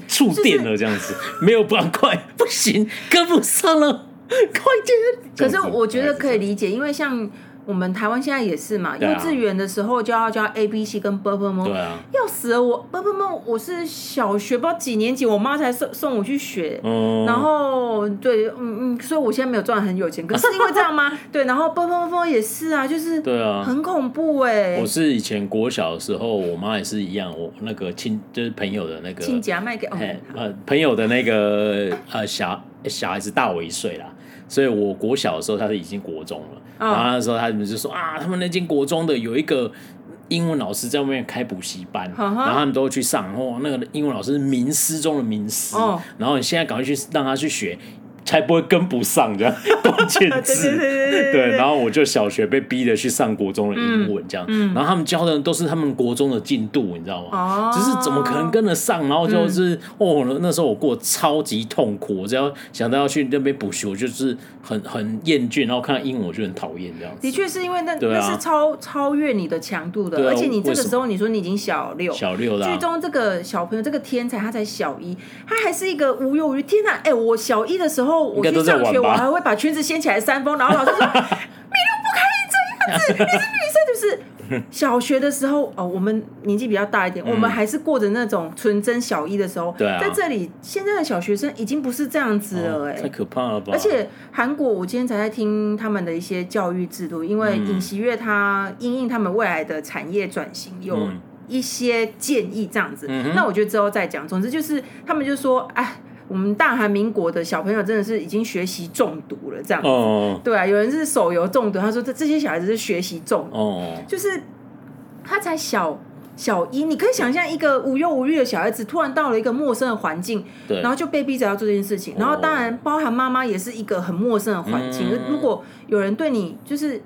Speaker 1: 触电了，这样子，没有板块，不行，跟不上了，快点。
Speaker 2: 可是我觉得可以
Speaker 1: 理
Speaker 2: 理解，因为像我们台湾现在也是嘛，
Speaker 1: 对啊
Speaker 2: 幼稚园的时候就要教 A B C 跟 b b m，
Speaker 1: 对啊，
Speaker 2: 要死了我 b b m 我是小学不知道几年级，我妈才送送我去学。
Speaker 1: 嗯，
Speaker 2: 然后对，嗯嗯，所以我现在没有赚得很有钱，可是因为这样吗？ 对，然后 b b m 也是啊，就是
Speaker 1: 对啊，
Speaker 2: 很恐怖哎、
Speaker 1: 我是以前国小的时候，我妈也是一样，我那个亲就是朋友的那个
Speaker 2: 亲家卖给哦，
Speaker 1: 哎呃朋友的那个呃小小孩子大我一岁啦，所以我国小的时候他是已经国中了，
Speaker 2: 嗯
Speaker 1: 然后那时候他们就说啊，他们那间国中的有一个。英文老师在外面开补习班，
Speaker 2: 嗯哼
Speaker 1: 然后他们都去上。哦，那个英文老师是名师中的名师，
Speaker 2: 哦
Speaker 1: 然后你现在赶快去让他去学，才不会跟不上这样。关键字，
Speaker 2: 呃对对对 对对对
Speaker 1: 然后我就小学被逼的去上国中的英文这样，
Speaker 2: 嗯
Speaker 1: 然后他们教的都是他们国中的进度，你知道吗？
Speaker 2: 哦
Speaker 1: 只是怎么可能跟得上？然后就是、哦，那时候我过得超级痛苦，我只要想到要去那边补习，我就是很很厌倦，然后看到英文我就很讨厌这样子。
Speaker 2: 的确是因为那、
Speaker 1: 对
Speaker 2: 那
Speaker 1: 啊
Speaker 2: 是超超越你的强度的，
Speaker 1: 对啊
Speaker 2: 而且你
Speaker 1: 为
Speaker 2: 这个
Speaker 1: 什么
Speaker 2: 时候你说你已经小六，
Speaker 1: 小六啦、
Speaker 2: 剧中这个小朋友，这个天才，他才小一，他还是一个无忧无虑。天哪！哎、我小一的时候，候我
Speaker 1: 该
Speaker 2: 去
Speaker 1: 都在
Speaker 2: 上学，
Speaker 1: 玩吧
Speaker 2: 我还会把裙子掀起来扇风，然后老师说：“哎米露不可以这样子，你是女生。”就是 小学的时候哦，我们年纪比较大一点，我们还是过着那种纯真小一的时候。
Speaker 1: 嗯对啊哦
Speaker 2: 在这里现在的小学生已经不是这样子了、哎、
Speaker 1: 太可怕了吧！
Speaker 2: 而且韩国，我今天才在听他们的一些教育制度，因
Speaker 1: 嗯
Speaker 2: 为尹锡悦他因应他们未来的产业转型有
Speaker 1: 嗯
Speaker 2: 一些建议这样子。
Speaker 1: 嗯哼
Speaker 2: 那我觉得之后再讲。总之就是他们就说，哎，我们大韩民国的小朋友真的是已经学习中毒了，这样。
Speaker 1: 哦
Speaker 2: 对啊，有人是手游中毒，他说这这些小孩子是学习中毒，
Speaker 1: 哦，
Speaker 2: 就是他才小。小一，你可以想象一个无忧无虑的小孩子，突然到了一个陌生的环境，
Speaker 1: 对，
Speaker 2: 然后就被逼着要做这件事情。
Speaker 1: 哦
Speaker 2: 然后当然包含妈妈也是一个很陌生的环境，
Speaker 1: 嗯
Speaker 2: 如果有人对你就是，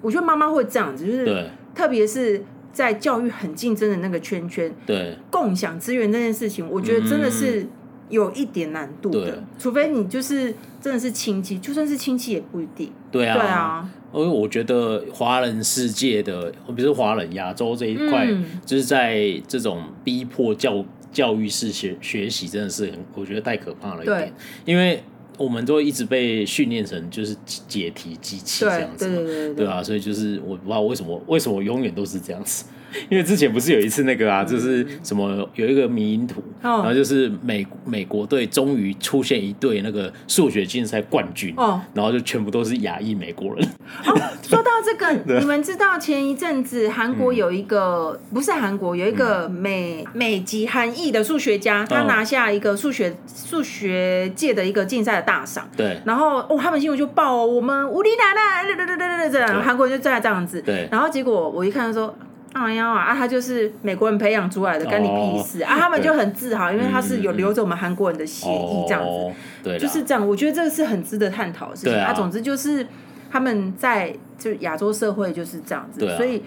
Speaker 2: 我觉得妈妈会这样子，就是
Speaker 1: 对
Speaker 2: 特别是在教育很竞争的那个圈圈，
Speaker 1: 对
Speaker 2: 共享资源这件事情，我觉得真的是有一点难度的，
Speaker 1: 嗯对
Speaker 2: 除非你就是真的是亲戚，就算是亲戚也不一定。
Speaker 1: 对啊，
Speaker 2: 对啊，
Speaker 1: 因为我觉得华人世界的，比如说华人亚洲这一块，
Speaker 2: 嗯
Speaker 1: 就是在这种逼迫教教育式学学习，真的是很，我觉得太可怕了一点
Speaker 2: 对。
Speaker 1: 因为我们都一直被训练成就是解题机器这
Speaker 2: 对
Speaker 1: 样子
Speaker 2: 对
Speaker 1: 嘛，
Speaker 2: 对对
Speaker 1: 对
Speaker 2: 对，
Speaker 1: 啊，所以就是我不知道为什么为什么永远都是这样子，因为之前不是有一次那个啊，就是什么有一个迷因图，
Speaker 2: 嗯哦
Speaker 1: 然后就是美美国队终于出现一队那个数学竞赛冠军，
Speaker 2: 哦
Speaker 1: 然后就全部都是亚裔美国人，
Speaker 2: 说到这个，你们知道前一阵子韩
Speaker 1: 嗯
Speaker 2: 国有一个、不是韩国有一个美、美籍韩裔的数学家，他
Speaker 1: 哦
Speaker 2: 拿下一个数学数学界的一个竞赛的大赏。
Speaker 1: 对
Speaker 2: 然后哦，他们新闻就报哦，我们无理奶奶，对对对对对，这样韩国人就这样这样子。
Speaker 1: 对
Speaker 2: 然后结果我一看就说。哎呀啊，他就是美国人培养出来的，干你
Speaker 1: 哦
Speaker 2: 屁事、啊！他们就很自豪，因为他是有留着我们韩国人的血
Speaker 1: 嗯哦
Speaker 2: 裔，这样子。
Speaker 1: 对啦，
Speaker 2: 就是这样，我觉得这个是很值得探讨的事情。
Speaker 1: 对啊
Speaker 2: 总之就是他们在就亚洲社会就是这样子，
Speaker 1: 对啊
Speaker 2: 所以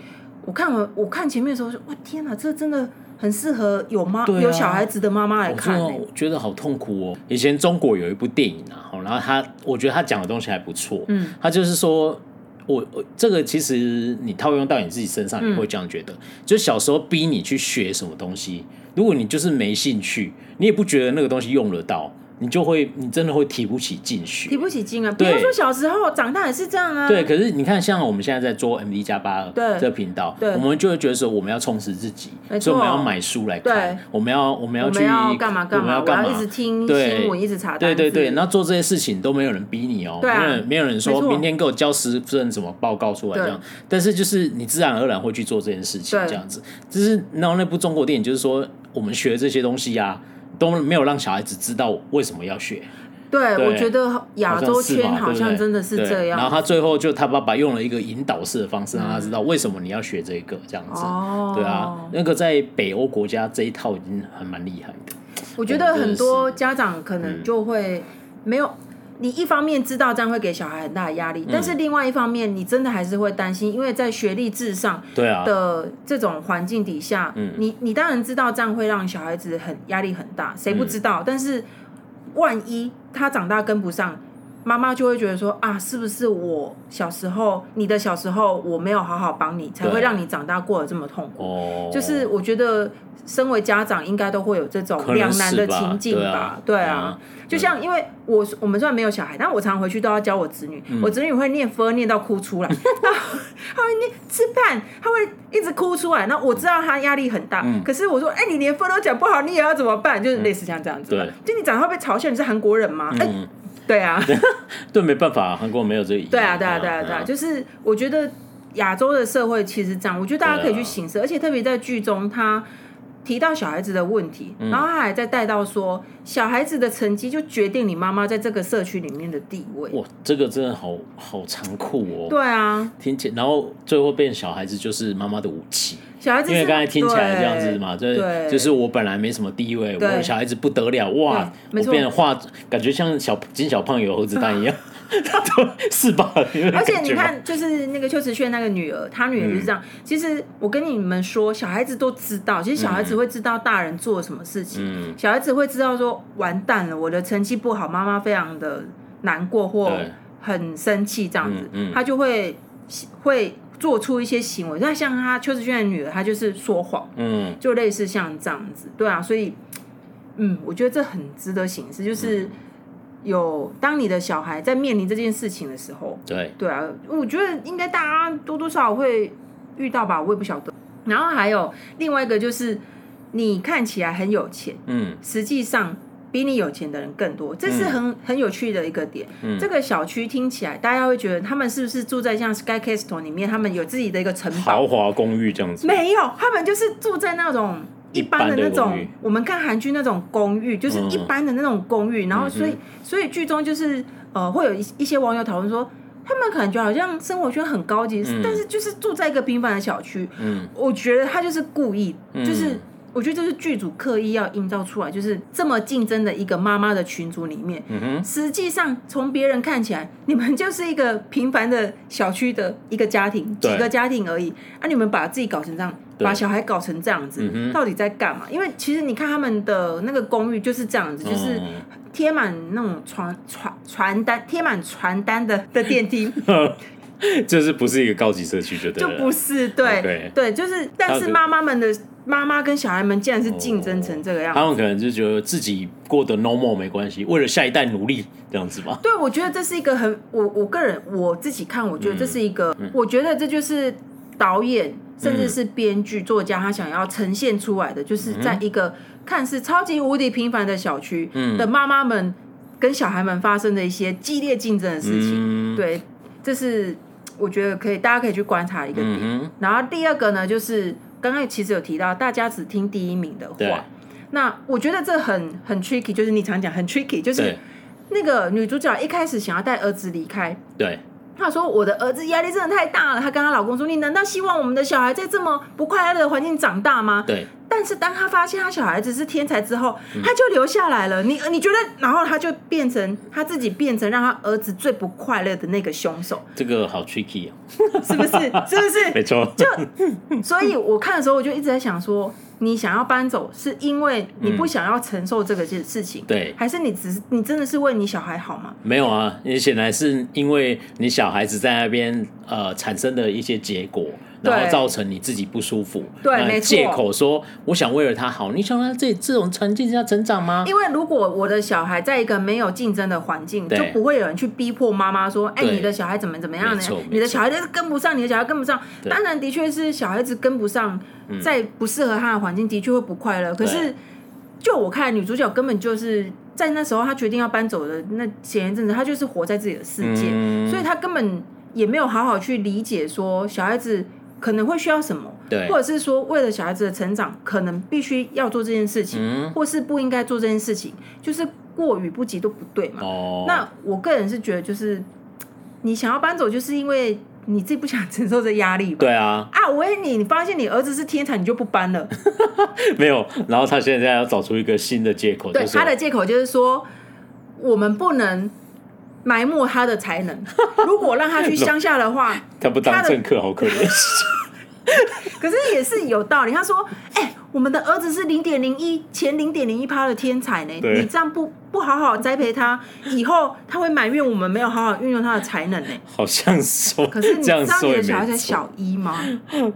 Speaker 2: 我看完我看前面的时候说，哇天哪，这真的很适合有妈、
Speaker 1: 对啊
Speaker 2: 有小孩子的妈妈来
Speaker 1: 我哦真
Speaker 2: 看、
Speaker 1: 的
Speaker 2: 欸
Speaker 1: 我。觉得好痛苦哦。以前中国有一部电影啊，吼然后他我觉得他讲的东西还不错，
Speaker 2: 嗯，
Speaker 1: 他就是说。我我这个其实你套用到你自己身上，你会这样觉
Speaker 2: 嗯
Speaker 1: 得，就小时候逼你去学什么东西，如果你就是没兴趣，你也不觉得那个东西用得到，你就会你真的会提不起劲学
Speaker 2: 提。不起劲啊！不
Speaker 1: 对
Speaker 2: 要说小时候，长大也是这样啊。
Speaker 1: 对，可是你看，像我们现在在做 MD 加八
Speaker 2: 对
Speaker 1: 这个频道，
Speaker 2: 对
Speaker 1: 我们就会觉得说我们要充实自己，
Speaker 2: 没
Speaker 1: 所以我们
Speaker 2: 错
Speaker 1: 要买书来
Speaker 2: 对
Speaker 1: 看，我们要我们要
Speaker 2: 我
Speaker 1: 去
Speaker 2: 们要干嘛干
Speaker 1: 我
Speaker 2: 嘛，
Speaker 1: 们要干
Speaker 2: 我
Speaker 1: 嘛
Speaker 2: 要一直听
Speaker 1: 对
Speaker 2: 新闻，一直查单
Speaker 1: 对
Speaker 2: 字。
Speaker 1: 对对，然后做这些事情都没有人逼你哦，
Speaker 2: 对啊
Speaker 1: 没有人没有人
Speaker 2: 没
Speaker 1: 说
Speaker 2: 错
Speaker 1: 明天给我交十份什么报告出来
Speaker 2: 对
Speaker 1: 这样，但是就是你自然而然会去做这件事情
Speaker 2: 对
Speaker 1: 这样子。就是然后那部中国电影就是说我们学这些东西啊，都没有让小孩子知道为什么要学，
Speaker 2: 对
Speaker 1: 对
Speaker 2: 我觉得亚洲圈
Speaker 1: 好像是嘛对
Speaker 2: 好
Speaker 1: 不
Speaker 2: 像
Speaker 1: 对
Speaker 2: 真的是
Speaker 1: 对
Speaker 2: 这样。
Speaker 1: 然后他最后就他爸爸用了一个引导式的方式，让他知道为什么你要学这个这样子。
Speaker 2: 哦，
Speaker 1: 对啊，，那个在北欧国家这一套已经还蛮厉害的。嗯
Speaker 2: 我觉得很多家长可能就会没有，你一方面知道这样会给小孩很大的压力，
Speaker 1: 嗯
Speaker 2: 但是另外一方面你真的还是会担心，因为在学历至上
Speaker 1: 对啊，嗯
Speaker 2: 的这种环境底下，你你当然知道这样会让小孩子很压力很大，谁不知道？但
Speaker 1: 嗯
Speaker 2: 是万一他长大跟不上。妈妈就会觉得说啊，是不是我小时候，你的小时候我没有好好帮你，才会
Speaker 1: 对
Speaker 2: 让你长大过得这么痛苦？
Speaker 1: 哦，
Speaker 2: 就是我觉得，身为家长应该都会有这种
Speaker 1: 可能
Speaker 2: 两
Speaker 1: 是
Speaker 2: 难的
Speaker 1: 吧
Speaker 2: 情境
Speaker 1: 对
Speaker 2: 吧？
Speaker 1: 啊
Speaker 2: 对
Speaker 1: 啊
Speaker 2: 啊，就像因为我我们虽然没有小孩，但我常常回去都要教我子女，我子女会念佛念到哭出来，然后他会念吃饭，他会一直哭出来。那我知道他压力很大，可是我说，哎、你连佛都讲不好，你也要怎么办？就是类似像这样子吧，就你长大会被嘲笑你是韩国人吗？哎、
Speaker 1: 嗯
Speaker 2: 对啊，
Speaker 1: 对，没办法，韩国没有这个遗憾。
Speaker 2: 对啊，对啊，对啊，对啊，就是我觉得亚洲的社会其实这样，我觉得大家可以去醒思，
Speaker 1: 啊
Speaker 2: 而且特别在剧中他提到小孩子的问题，
Speaker 1: 嗯
Speaker 2: 然后他还在带到说小孩子的成绩就决定你妈妈在这个社区里面的地位。
Speaker 1: 哇，这个真的好好残酷哦！
Speaker 2: 对啊，
Speaker 1: 听起来，然后最后变小孩子就是妈妈的武器，
Speaker 2: 小孩子
Speaker 1: 因为
Speaker 2: 是
Speaker 1: 刚才听起来
Speaker 2: 对
Speaker 1: 这样子嘛，就是
Speaker 2: 对
Speaker 1: 就是我本来没什么地位，
Speaker 2: 对
Speaker 1: 我小孩子不得了哇，
Speaker 2: 对没
Speaker 1: 我
Speaker 2: 错
Speaker 1: 变成画，感觉像小金小胖有猴子蛋一 样，对是吧？
Speaker 2: 而
Speaker 1: 而
Speaker 2: 且你，看，就是那个邱慈炫那个女儿，她女儿就是
Speaker 1: 嗯
Speaker 2: 这样。其实我跟你们说，小孩子都知道，其实小孩子会知道大人做了什么事情，
Speaker 1: 嗯
Speaker 2: 小孩子会知道说完蛋了，我的成绩不好，妈妈非常的难过或
Speaker 1: 对
Speaker 2: 很生气这样子，
Speaker 1: 嗯嗯
Speaker 2: 他就会会做出一些行为。那像他邱慈炫的女儿，她就是说谎，
Speaker 1: 嗯，
Speaker 2: 就类似像这样子，对啊，所以，嗯，我觉得这很值得醒思，就是有当你的小孩在面临这件事情的时候，
Speaker 1: 对，
Speaker 2: 对啊，我觉得应该大家多多少少会遇到吧，我也不晓得。然后还有另外一个就是，你看起来很有钱，
Speaker 1: 嗯
Speaker 2: 实际上比你有钱的人更多，这是很、很有趣的一个点。
Speaker 1: 嗯
Speaker 2: 这个小区听起来，大家会觉得他们是不是住在像 Sky Castle 里面，他们有自己的一个城
Speaker 1: 豪？
Speaker 2: 堡
Speaker 1: 华公寓这样子，
Speaker 2: 嗯没有，他们就是住在那种一般的那
Speaker 1: 一般的公
Speaker 2: 种
Speaker 1: 寓，
Speaker 2: 我们看韩剧那种公寓，就是一般的那种公
Speaker 1: 嗯
Speaker 2: 寓。然后，所以所以剧中就是呃，会有一一些网友讨论说，他们感觉好像生活圈很高级，但是就是住在一个平凡的小区。
Speaker 1: 嗯，
Speaker 2: 我觉得他就是故意，
Speaker 1: 嗯
Speaker 2: 就是。我觉得这是剧组刻意要营造出来，就是这么竞争的一个妈妈的群组里面，
Speaker 1: 嗯哼，
Speaker 2: 实际上从别人看起来，你们就是一个平凡的小区的一个家庭，
Speaker 1: 对
Speaker 2: 几个家庭而已。啊，你们把自己搞成这样，
Speaker 1: 对
Speaker 2: 把小孩搞成这样子，
Speaker 1: 嗯哼
Speaker 2: 到底在干嘛？因为其实你看他们的那个公寓就是这样子，就是
Speaker 1: 嗯
Speaker 2: 贴满那种床床传单，贴满传单的的 电梯，
Speaker 1: 嗯就是不是一个高级社区就对
Speaker 2: 就
Speaker 1: 了，
Speaker 2: 不是对
Speaker 1: OK
Speaker 2: 对，就是但
Speaker 1: 他
Speaker 2: 是
Speaker 1: 的
Speaker 2: 妈妈们的妈妈跟小孩们竟然是竞争成这个样子。
Speaker 1: 他们可能就觉得自己过得 normal 没关系，为了下一代努力这样子吧。
Speaker 2: 对，我觉得这是一个很我我个人我自己看，我觉得这是一个，
Speaker 1: 嗯
Speaker 2: 我觉得这就是导演甚至是编剧、作家他想要呈现出来的，就是
Speaker 1: 嗯
Speaker 2: 在一个看似超级无敌平凡的小区的妈妈们跟小孩们发生的一些激烈竞争的事情。
Speaker 1: 嗯，
Speaker 2: 对，这是我觉得可以大家可以去观察的一个点。
Speaker 1: 嗯哼，
Speaker 2: 然后第二个呢，就是刚刚其实有提到，大家只听第一名的
Speaker 1: 对
Speaker 2: 话。那我觉得这很很 tricky，就是你常讲很 tricky，就是
Speaker 1: 对
Speaker 2: 那个女主角一开始想要带儿子离开，
Speaker 1: 对，
Speaker 2: 她说我的儿子压力真的太大了。她跟她老公说：“你难道希望我们的小孩在这么不快乐的环境长大吗？”
Speaker 1: 对，
Speaker 2: 但是当她发现她小孩子是天才之后，她就留下来了。你呃你觉得，然后她就变成她自己变成让她儿子最不快乐的那个 凶手，
Speaker 1: 这个好 tricky 啊，
Speaker 2: 是不是？是不是？
Speaker 1: 没错，
Speaker 2: 就所以，我看的时候我就一直在想说，你想要搬走是因为你不想要承受这个件事情，
Speaker 1: 嗯对
Speaker 2: 还是你只是你真的是为你小孩好吗？
Speaker 1: 没有啊，你显然是因为你小孩子在那边呃产生的一些结果，然后
Speaker 2: 对
Speaker 1: 造成你自己不舒服，
Speaker 2: 对
Speaker 1: 那
Speaker 2: 没错
Speaker 1: 借口说我想为了他好，你想让他这这种环境下成长吗？
Speaker 2: 因为如果我的小孩在一个没有竞争的环境，
Speaker 1: 对
Speaker 2: 就不会有人去逼迫妈妈说：“哎，
Speaker 1: 对
Speaker 2: 你的小孩怎么怎么样
Speaker 1: 没
Speaker 2: 呢
Speaker 1: 错没？错
Speaker 2: 你的小孩就是跟不上，你的小孩跟不上。”
Speaker 1: 对嗯
Speaker 2: 当然，的确是小孩子跟不上，在不适合他的环境，的确会不快乐。可是
Speaker 1: 对，
Speaker 2: 就我看，女主角根本就是在那时候她决定要搬走的那前一阵子，她就是活在自己的世界，
Speaker 1: 嗯
Speaker 2: 所以她根本也没有好好去理解说小孩子可能会需要什么。
Speaker 1: 对
Speaker 2: 或者是说为了小孩子的成长，可能必须要做这件事情，
Speaker 1: 嗯
Speaker 2: 或是不应该做这件事情，就是过与不及都不对嘛。
Speaker 1: 哦，
Speaker 2: 那我个人是觉得，就是嘖你想要搬走，就是因为你自己不想承受这压力吧。
Speaker 1: 对啊，
Speaker 2: 啊，我问你，你发现你儿子是天才，你就不搬了。
Speaker 1: 没有，然后他现在要找出一个新的借口，
Speaker 2: 对，
Speaker 1: 就是
Speaker 2: 他的借口就是说，我们不能埋没他的才能。如果让他去乡下的话，
Speaker 1: 他不
Speaker 2: 他
Speaker 1: 当
Speaker 2: 的
Speaker 1: 政客好可怜，
Speaker 2: 可是也是有道理。他说：“哎、我们的儿子是零点零一前零点零一趴的天才呢，
Speaker 1: 对
Speaker 2: 你这样不不好好栽培他，以后他会埋怨我们没有好好运用他的才能呢。”
Speaker 1: 好像说
Speaker 2: 可是你知
Speaker 1: 这样
Speaker 2: 道
Speaker 1: 说
Speaker 2: 你
Speaker 1: 也
Speaker 2: 的小孩
Speaker 1: 没
Speaker 2: 才
Speaker 1: 错。
Speaker 2: 小一吗？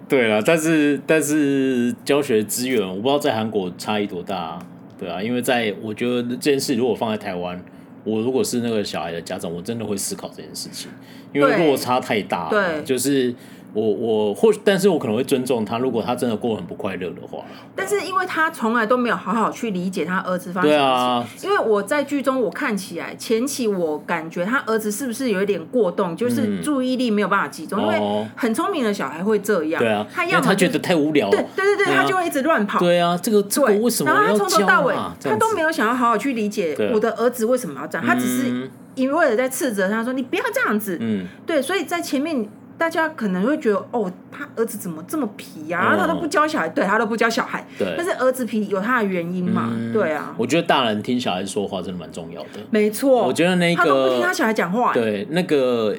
Speaker 1: 对啦，但是但是教学资源，我不知道在韩国差异多大、啊，对啊，因为在我觉得这件事如果放在台湾，我如果是那个小孩的家长，我真的会思考这件事情，因为
Speaker 2: 对
Speaker 1: 落差太大了，
Speaker 2: 对
Speaker 1: 就是我我或许，但是我可能会尊重他，如果他真的过得很不快乐的话，
Speaker 2: 但是因为他从来都没有好好去理解他儿子发生
Speaker 1: 对
Speaker 2: 什么事。
Speaker 1: 啊，
Speaker 2: 因为我在剧中我看起来前期我感觉他儿子是不是有一点过动，就是
Speaker 1: 嗯
Speaker 2: 注意力没有办法集中，因
Speaker 1: 哦
Speaker 2: 为很聪明的小孩会这样，
Speaker 1: 对啊，
Speaker 2: 他
Speaker 1: 因为
Speaker 2: 要么
Speaker 1: 他
Speaker 2: 就
Speaker 1: 觉得太无聊了
Speaker 2: 对，对对对，
Speaker 1: 啊
Speaker 2: 他就会一直乱跑，
Speaker 1: 对啊，这个这个
Speaker 2: 对，
Speaker 1: 为什么
Speaker 2: 然后
Speaker 1: 要
Speaker 2: 他从头
Speaker 1: 教
Speaker 2: 到尾
Speaker 1: 啊？这
Speaker 2: 他
Speaker 1: 样
Speaker 2: 都
Speaker 1: 子
Speaker 2: 没有想要好好去理解
Speaker 1: 对
Speaker 2: 我的儿子为什么要这样，他只是
Speaker 1: 嗯
Speaker 2: 一味的在斥责他说：“你不要这样子。
Speaker 1: 嗯，
Speaker 2: 对，所以在前面大家可能会觉得哦，他儿子怎么这么皮呀、
Speaker 1: 哦
Speaker 2: 他都不教小孩，对他都不教小孩，
Speaker 1: 对嗯
Speaker 2: 但是儿子皮有他的原因嘛，对啊，
Speaker 1: 我觉得大人听小孩子说话真的蛮重要的。
Speaker 2: 没错，
Speaker 1: 我觉得那
Speaker 2: 哦他都不听
Speaker 1: 个
Speaker 2: 他小孩讲话、
Speaker 1: 对，那个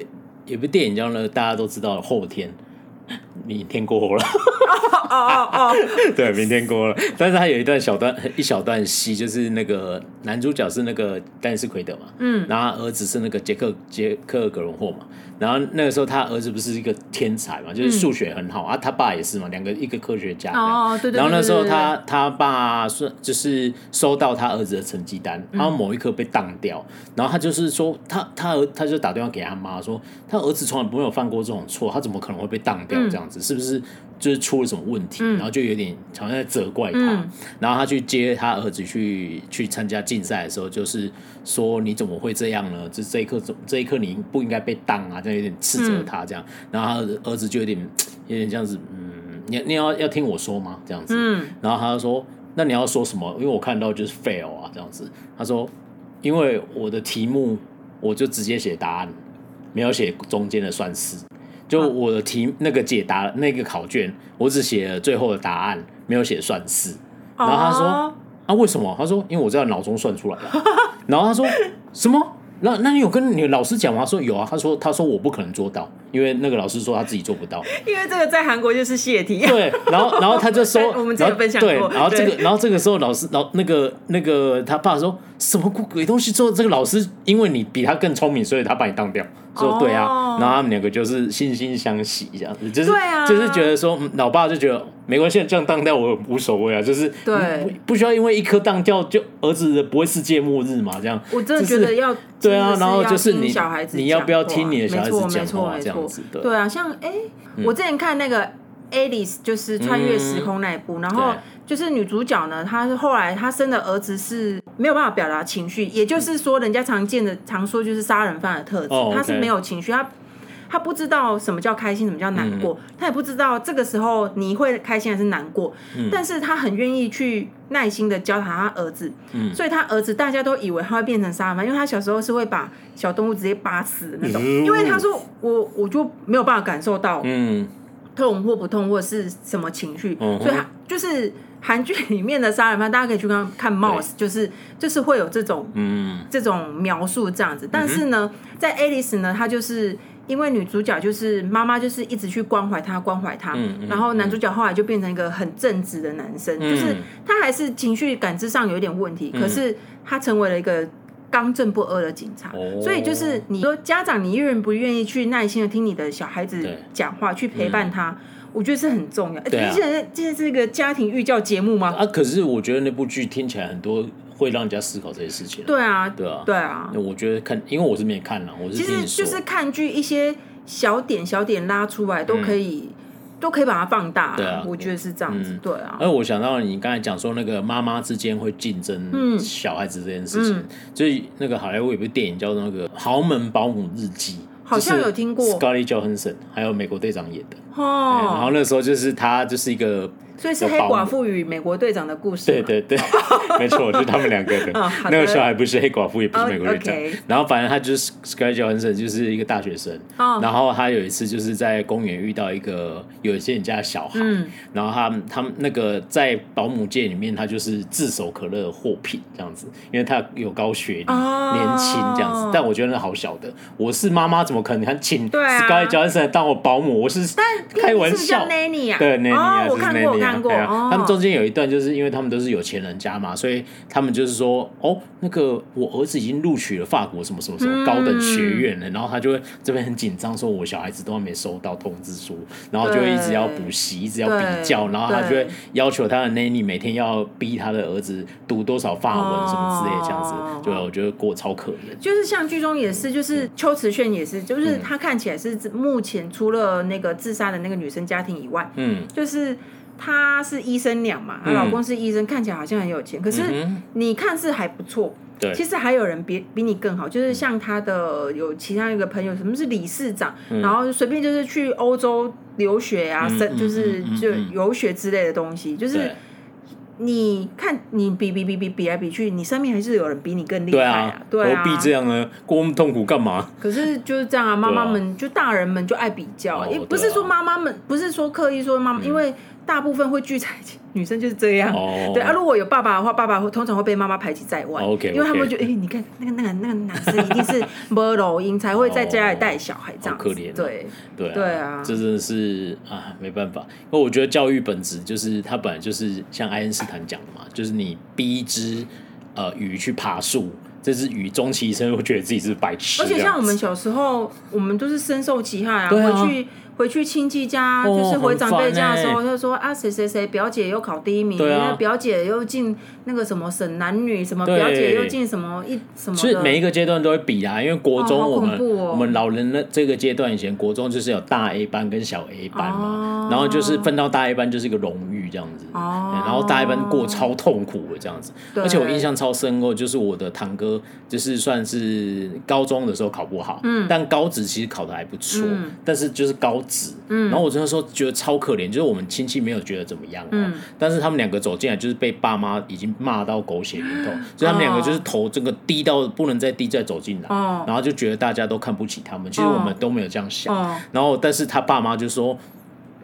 Speaker 1: 有部电影叫那个大家都知道的《后天》，明天过了，
Speaker 2: 哦哦哦，
Speaker 1: 对，明天过了。但是他有一段小段一小段戏，就是那个男主角是那个丹尼斯奎德嘛，嗯，然后他儿子是那个杰克杰克格伦霍嘛，然后那个时候他儿子不是一个天才嘛，就是数学很好、啊，他爸也是嘛，两个一个科学家这样，
Speaker 2: 嗯哦对对
Speaker 1: 然后那
Speaker 2: 对对
Speaker 1: 时候
Speaker 2: 对对
Speaker 1: 他他爸是就是收到他儿子的成绩单，
Speaker 2: 嗯
Speaker 1: 然后某一科被当掉，然后他就是说他他儿他就打电话给他妈说，他儿子从来没有犯过这种错，他怎么可能会被当
Speaker 2: 嗯
Speaker 1: 掉这样子？是不是就是出了什么问题？然后就有点好像在责怪他，
Speaker 2: 嗯
Speaker 1: 然后他去接他儿子去去参加竞赛的时候，就是说你怎么会这样呢？这这一刻怎这一刻你不应该被当啊，这样有点斥责他这样，
Speaker 2: 嗯
Speaker 1: 然后他儿子儿子就有点有点这样子，嗯，你你要要听我说吗？这样子，
Speaker 2: 嗯，
Speaker 1: 然后他就说：“那你要说什么？因为我看到就是 fail 啊，这样子。”他说：“因为我的题目我就直接写答案，没有写中间的算式。就我的题那个解答那个考卷，我只写了最后的答案，没有写算式。”然后他说：“
Speaker 2: 哦
Speaker 1: 啊，为什么？”他说：“因为我在脑中算出来了。”然后他说：“什么？”那那你有跟你老师讲吗？他说有啊，他说他说我不可能做到，因为那个老师说他自己做不到。
Speaker 2: 因为这个在韩国就是泄题，，
Speaker 1: 对，然后然后他就说
Speaker 2: 我们之
Speaker 1: 然
Speaker 2: 前
Speaker 1: 后
Speaker 2: 有分享过
Speaker 1: 对，然后这个
Speaker 2: 对
Speaker 1: 然后这个时候老师老那个那个他爸说什么鬼东西之后，这个老师因为你比他更聪明，所以他把你当掉。说对啊，
Speaker 2: 哦
Speaker 1: 然后他们两个就是惺惺相惜这样子，就是、
Speaker 2: 对啊
Speaker 1: 就是觉得说，嗯老爸就觉得没关系，这样当掉我无所谓啊，就是
Speaker 2: 对
Speaker 1: 不不需要因为一颗当掉就儿子不会世界末日嘛，这样
Speaker 2: 我真的
Speaker 1: 就
Speaker 2: 觉
Speaker 1: 是
Speaker 2: 得要
Speaker 1: 对啊
Speaker 2: 真的
Speaker 1: 然后
Speaker 2: 要
Speaker 1: 就是
Speaker 2: 听
Speaker 1: 你
Speaker 2: 小孩子
Speaker 1: 你要不要
Speaker 2: 讲话
Speaker 1: 听你的小孩子
Speaker 2: 没错
Speaker 1: 讲话
Speaker 2: 没错
Speaker 1: 这样
Speaker 2: 没错
Speaker 1: 子嗯对
Speaker 2: 对啊，像哎，我之前看那个。Alice 就是穿越时空那一部，然后
Speaker 1: 嗯对
Speaker 2: 就是女主角呢，她是后来她生的儿子是没有办法表达情绪，也就是说，人家常见的常说就是杀人犯的特质，
Speaker 1: 哦
Speaker 2: 她是
Speaker 1: OK
Speaker 2: 没有情绪，她他不知道什么叫开心，什么叫难过，
Speaker 1: 嗯
Speaker 2: 他也不知道这个时候你会开心还是难过，
Speaker 1: 嗯
Speaker 2: 但是他很愿意去耐心的教他他儿子，
Speaker 1: 嗯
Speaker 2: 所以他儿子大家都以为他会变成杀人犯，因为他小时候是会把小动物直接拔死的那种，
Speaker 1: 嗯
Speaker 2: 因为他说我我就没有办法感受到
Speaker 1: 嗯
Speaker 2: 痛或不痛或者是什么情绪，
Speaker 1: 嗯哼
Speaker 2: 所以他就是韩剧里面的杀人犯，大家可以去看看 Mouse，就是就是会有这种
Speaker 1: 嗯
Speaker 2: 这种描述这样子。但是呢，在 Alice 呢，她就是因为女主角就是妈妈，就是一直去关怀她，关怀她。
Speaker 1: 嗯嗯
Speaker 2: 然后男主角后来就变成一个很正直的男生，
Speaker 1: 嗯
Speaker 2: 就是他还是情绪感知上有一点问题，可是他成为了一个。刚正不阿的警察，
Speaker 1: 哦
Speaker 2: 所以就是你说家长，你愿不愿意去耐心的听你的小孩子
Speaker 1: 对嗯
Speaker 2: 讲话，去陪伴他，我觉得是很重要。而
Speaker 1: 对啊
Speaker 2: 且现在现在是一个家庭寓教节目吗？
Speaker 1: 啊，可是我觉得那部剧听起来很多会让人家思考这些事情啊。
Speaker 2: 对啊，
Speaker 1: 对啊
Speaker 2: 对啊
Speaker 1: 那，我觉得看，因为我是没看了，我是
Speaker 2: 其
Speaker 1: 听
Speaker 2: 实
Speaker 1: 你说。
Speaker 2: 就是看剧一些小点小点拉出来都可以，都可以把它放大、
Speaker 1: 对啊
Speaker 2: 我觉得是这样子，对啊，
Speaker 1: 而我想到你刚才讲说那个妈妈之间会竞争小孩子这件事情，
Speaker 2: 嗯
Speaker 1: 就是那个好莱坞有部电影叫做那个《豪门保姆日记》，
Speaker 2: 好像有听过
Speaker 1: Scarlett Johansson 还有美国队长演的。对然后
Speaker 2: 哦，
Speaker 1: 那时候就是他就是一个，
Speaker 2: 所以是黑寡妇与美国队长的故事
Speaker 1: 对
Speaker 2: 嘛，
Speaker 1: 对对，没错，就是他们两个的。
Speaker 2: 嗯好的
Speaker 1: 那个小孩不是黑寡妇，也不是
Speaker 2: 哦
Speaker 1: 美国队长。
Speaker 2: OK
Speaker 1: 然后反正他就是 Scarlett Johansson 就是一个大学生。
Speaker 2: 哦
Speaker 1: 然后他有一次就是在公园遇到一个有一些人家的小孩，
Speaker 2: 嗯
Speaker 1: 然后他们他们那个在保姆界里面，他就是炙手可热的货品这样子，因为他有高学历、
Speaker 2: 哦
Speaker 1: 年轻这样子。但我觉得那好小的，我是妈妈，怎么可能还请 s c
Speaker 2: 对啊
Speaker 1: a r l e t Johansson 来当我保姆？我是开玩
Speaker 2: 是不是叫
Speaker 1: 笑。
Speaker 2: Nanny 啊？
Speaker 1: 对，n 啊，
Speaker 2: 哦，我
Speaker 1: 就是
Speaker 2: 看
Speaker 1: Nanny
Speaker 2: 过，我
Speaker 1: 啊
Speaker 2: 看过，
Speaker 1: 对啊
Speaker 2: 哦，
Speaker 1: 他们中间有一段，就是因为他们都是有钱人家嘛，所以他们就是说，哦，那个我儿子已经录取了法国什么什么什
Speaker 2: 嗯
Speaker 1: 么高等学院了，然后他就会这边很紧张，说我小孩子都还没收到通知书，然后就会一直要补习，一直要比较，
Speaker 2: 对
Speaker 1: 然后他就
Speaker 2: 对
Speaker 1: 会要求他的 nanny 每天要逼他的儿子读多少法文什么之类，这样子，
Speaker 2: 哦
Speaker 1: 对，我觉得过得超可怜。
Speaker 2: 就是像剧中也是，就是秋瓷炫也是，就是她看起来是目前除了那个自杀的那个女生家庭以外，
Speaker 1: 嗯，
Speaker 2: 就是她是医生娘嘛，她
Speaker 1: 嗯
Speaker 2: 老公是医生，看起来好像很有钱，可是
Speaker 1: 嗯
Speaker 2: 你看似还不错，
Speaker 1: 对
Speaker 2: 其实还有人比比你更好，就是像她的有其他一个朋友，什么是理事长，然后随便就是去欧洲留学啊，
Speaker 1: 嗯
Speaker 2: 生、
Speaker 1: 嗯
Speaker 2: 就是
Speaker 1: 嗯嗯
Speaker 2: 就
Speaker 1: 嗯
Speaker 2: 游学之类的东西，就是
Speaker 1: 对
Speaker 2: 你看你比比比比比来比去，你身边还是有人比你更厉
Speaker 1: 对
Speaker 2: 害
Speaker 1: 啊，
Speaker 2: 对啊，
Speaker 1: 何必这样呢？过那么痛苦干嘛？
Speaker 2: 可是就是这样啊，妈妈们、就大人们就爱比较，
Speaker 1: 啊哦
Speaker 2: 也
Speaker 1: 对啊嗯
Speaker 2: 不是说妈妈们，不是说刻意说妈妈，因为大部分会聚在一起，女生就是这样。
Speaker 1: 哦
Speaker 2: 对啊，如果有爸爸的话，爸爸会通常会被妈妈排挤在外
Speaker 1: OK，OK
Speaker 2: 因为他们会觉得，哎、你看那个那个那个男生一定是 没老音才会在家里带小孩这样子，
Speaker 1: 好可怜哦
Speaker 2: 对，
Speaker 1: 对啊，
Speaker 2: 对啊
Speaker 1: 这真的是啊，没办法。因为我觉得教育本质就是它本来就是像爱因斯坦讲的嘛，就是你逼一只呃鱼去爬树，这只鱼终其一生会觉得自己是白痴
Speaker 2: 而
Speaker 1: 这样子。
Speaker 2: 且像我们小时候，我们都是深受其害啊！
Speaker 1: 对啊
Speaker 2: 回去回去亲戚家，
Speaker 1: 哦
Speaker 2: 就是回长辈家的时候，
Speaker 1: 很
Speaker 2: 就说啊，谁谁谁表姐又考第一名，
Speaker 1: 对啊
Speaker 2: 那表姐又进那个什么省男女，什么
Speaker 1: 对
Speaker 2: 表姐又进什么一什么
Speaker 1: 所以
Speaker 2: 的，
Speaker 1: 每一个阶段都会比啊，因为国中
Speaker 2: 哦好
Speaker 1: 我们、
Speaker 2: 恐怖哦
Speaker 1: 我们老人的这个阶段以前，国中就是有大 A 班跟小 A 班嘛，
Speaker 2: 哦
Speaker 1: 然后就是分到大 A 班就是一个荣誉这样子，
Speaker 2: 哦
Speaker 1: 对然后大 A 班过超痛苦的这样子，
Speaker 2: 对
Speaker 1: 而且我印象超深刻，就是我的堂哥就是算是高中的时候考不好，嗯，但高职其实考的还不错，
Speaker 2: 嗯
Speaker 1: 但是就是高职，嗯，然后我真的说觉得超可怜，就是我们亲戚没有觉得怎么样、哦，
Speaker 2: 嗯
Speaker 1: 但是他们两个走进来就是被爸妈已经骂到狗血淋头，
Speaker 2: 哦
Speaker 1: 所以他们两个就是头这个低到不能再低再走进来，
Speaker 2: 哦
Speaker 1: 然后就觉得大家都看不起他们，其实
Speaker 2: 哦
Speaker 1: 我们都没有这样想，
Speaker 2: 哦，
Speaker 1: 然后但是他爸妈就说。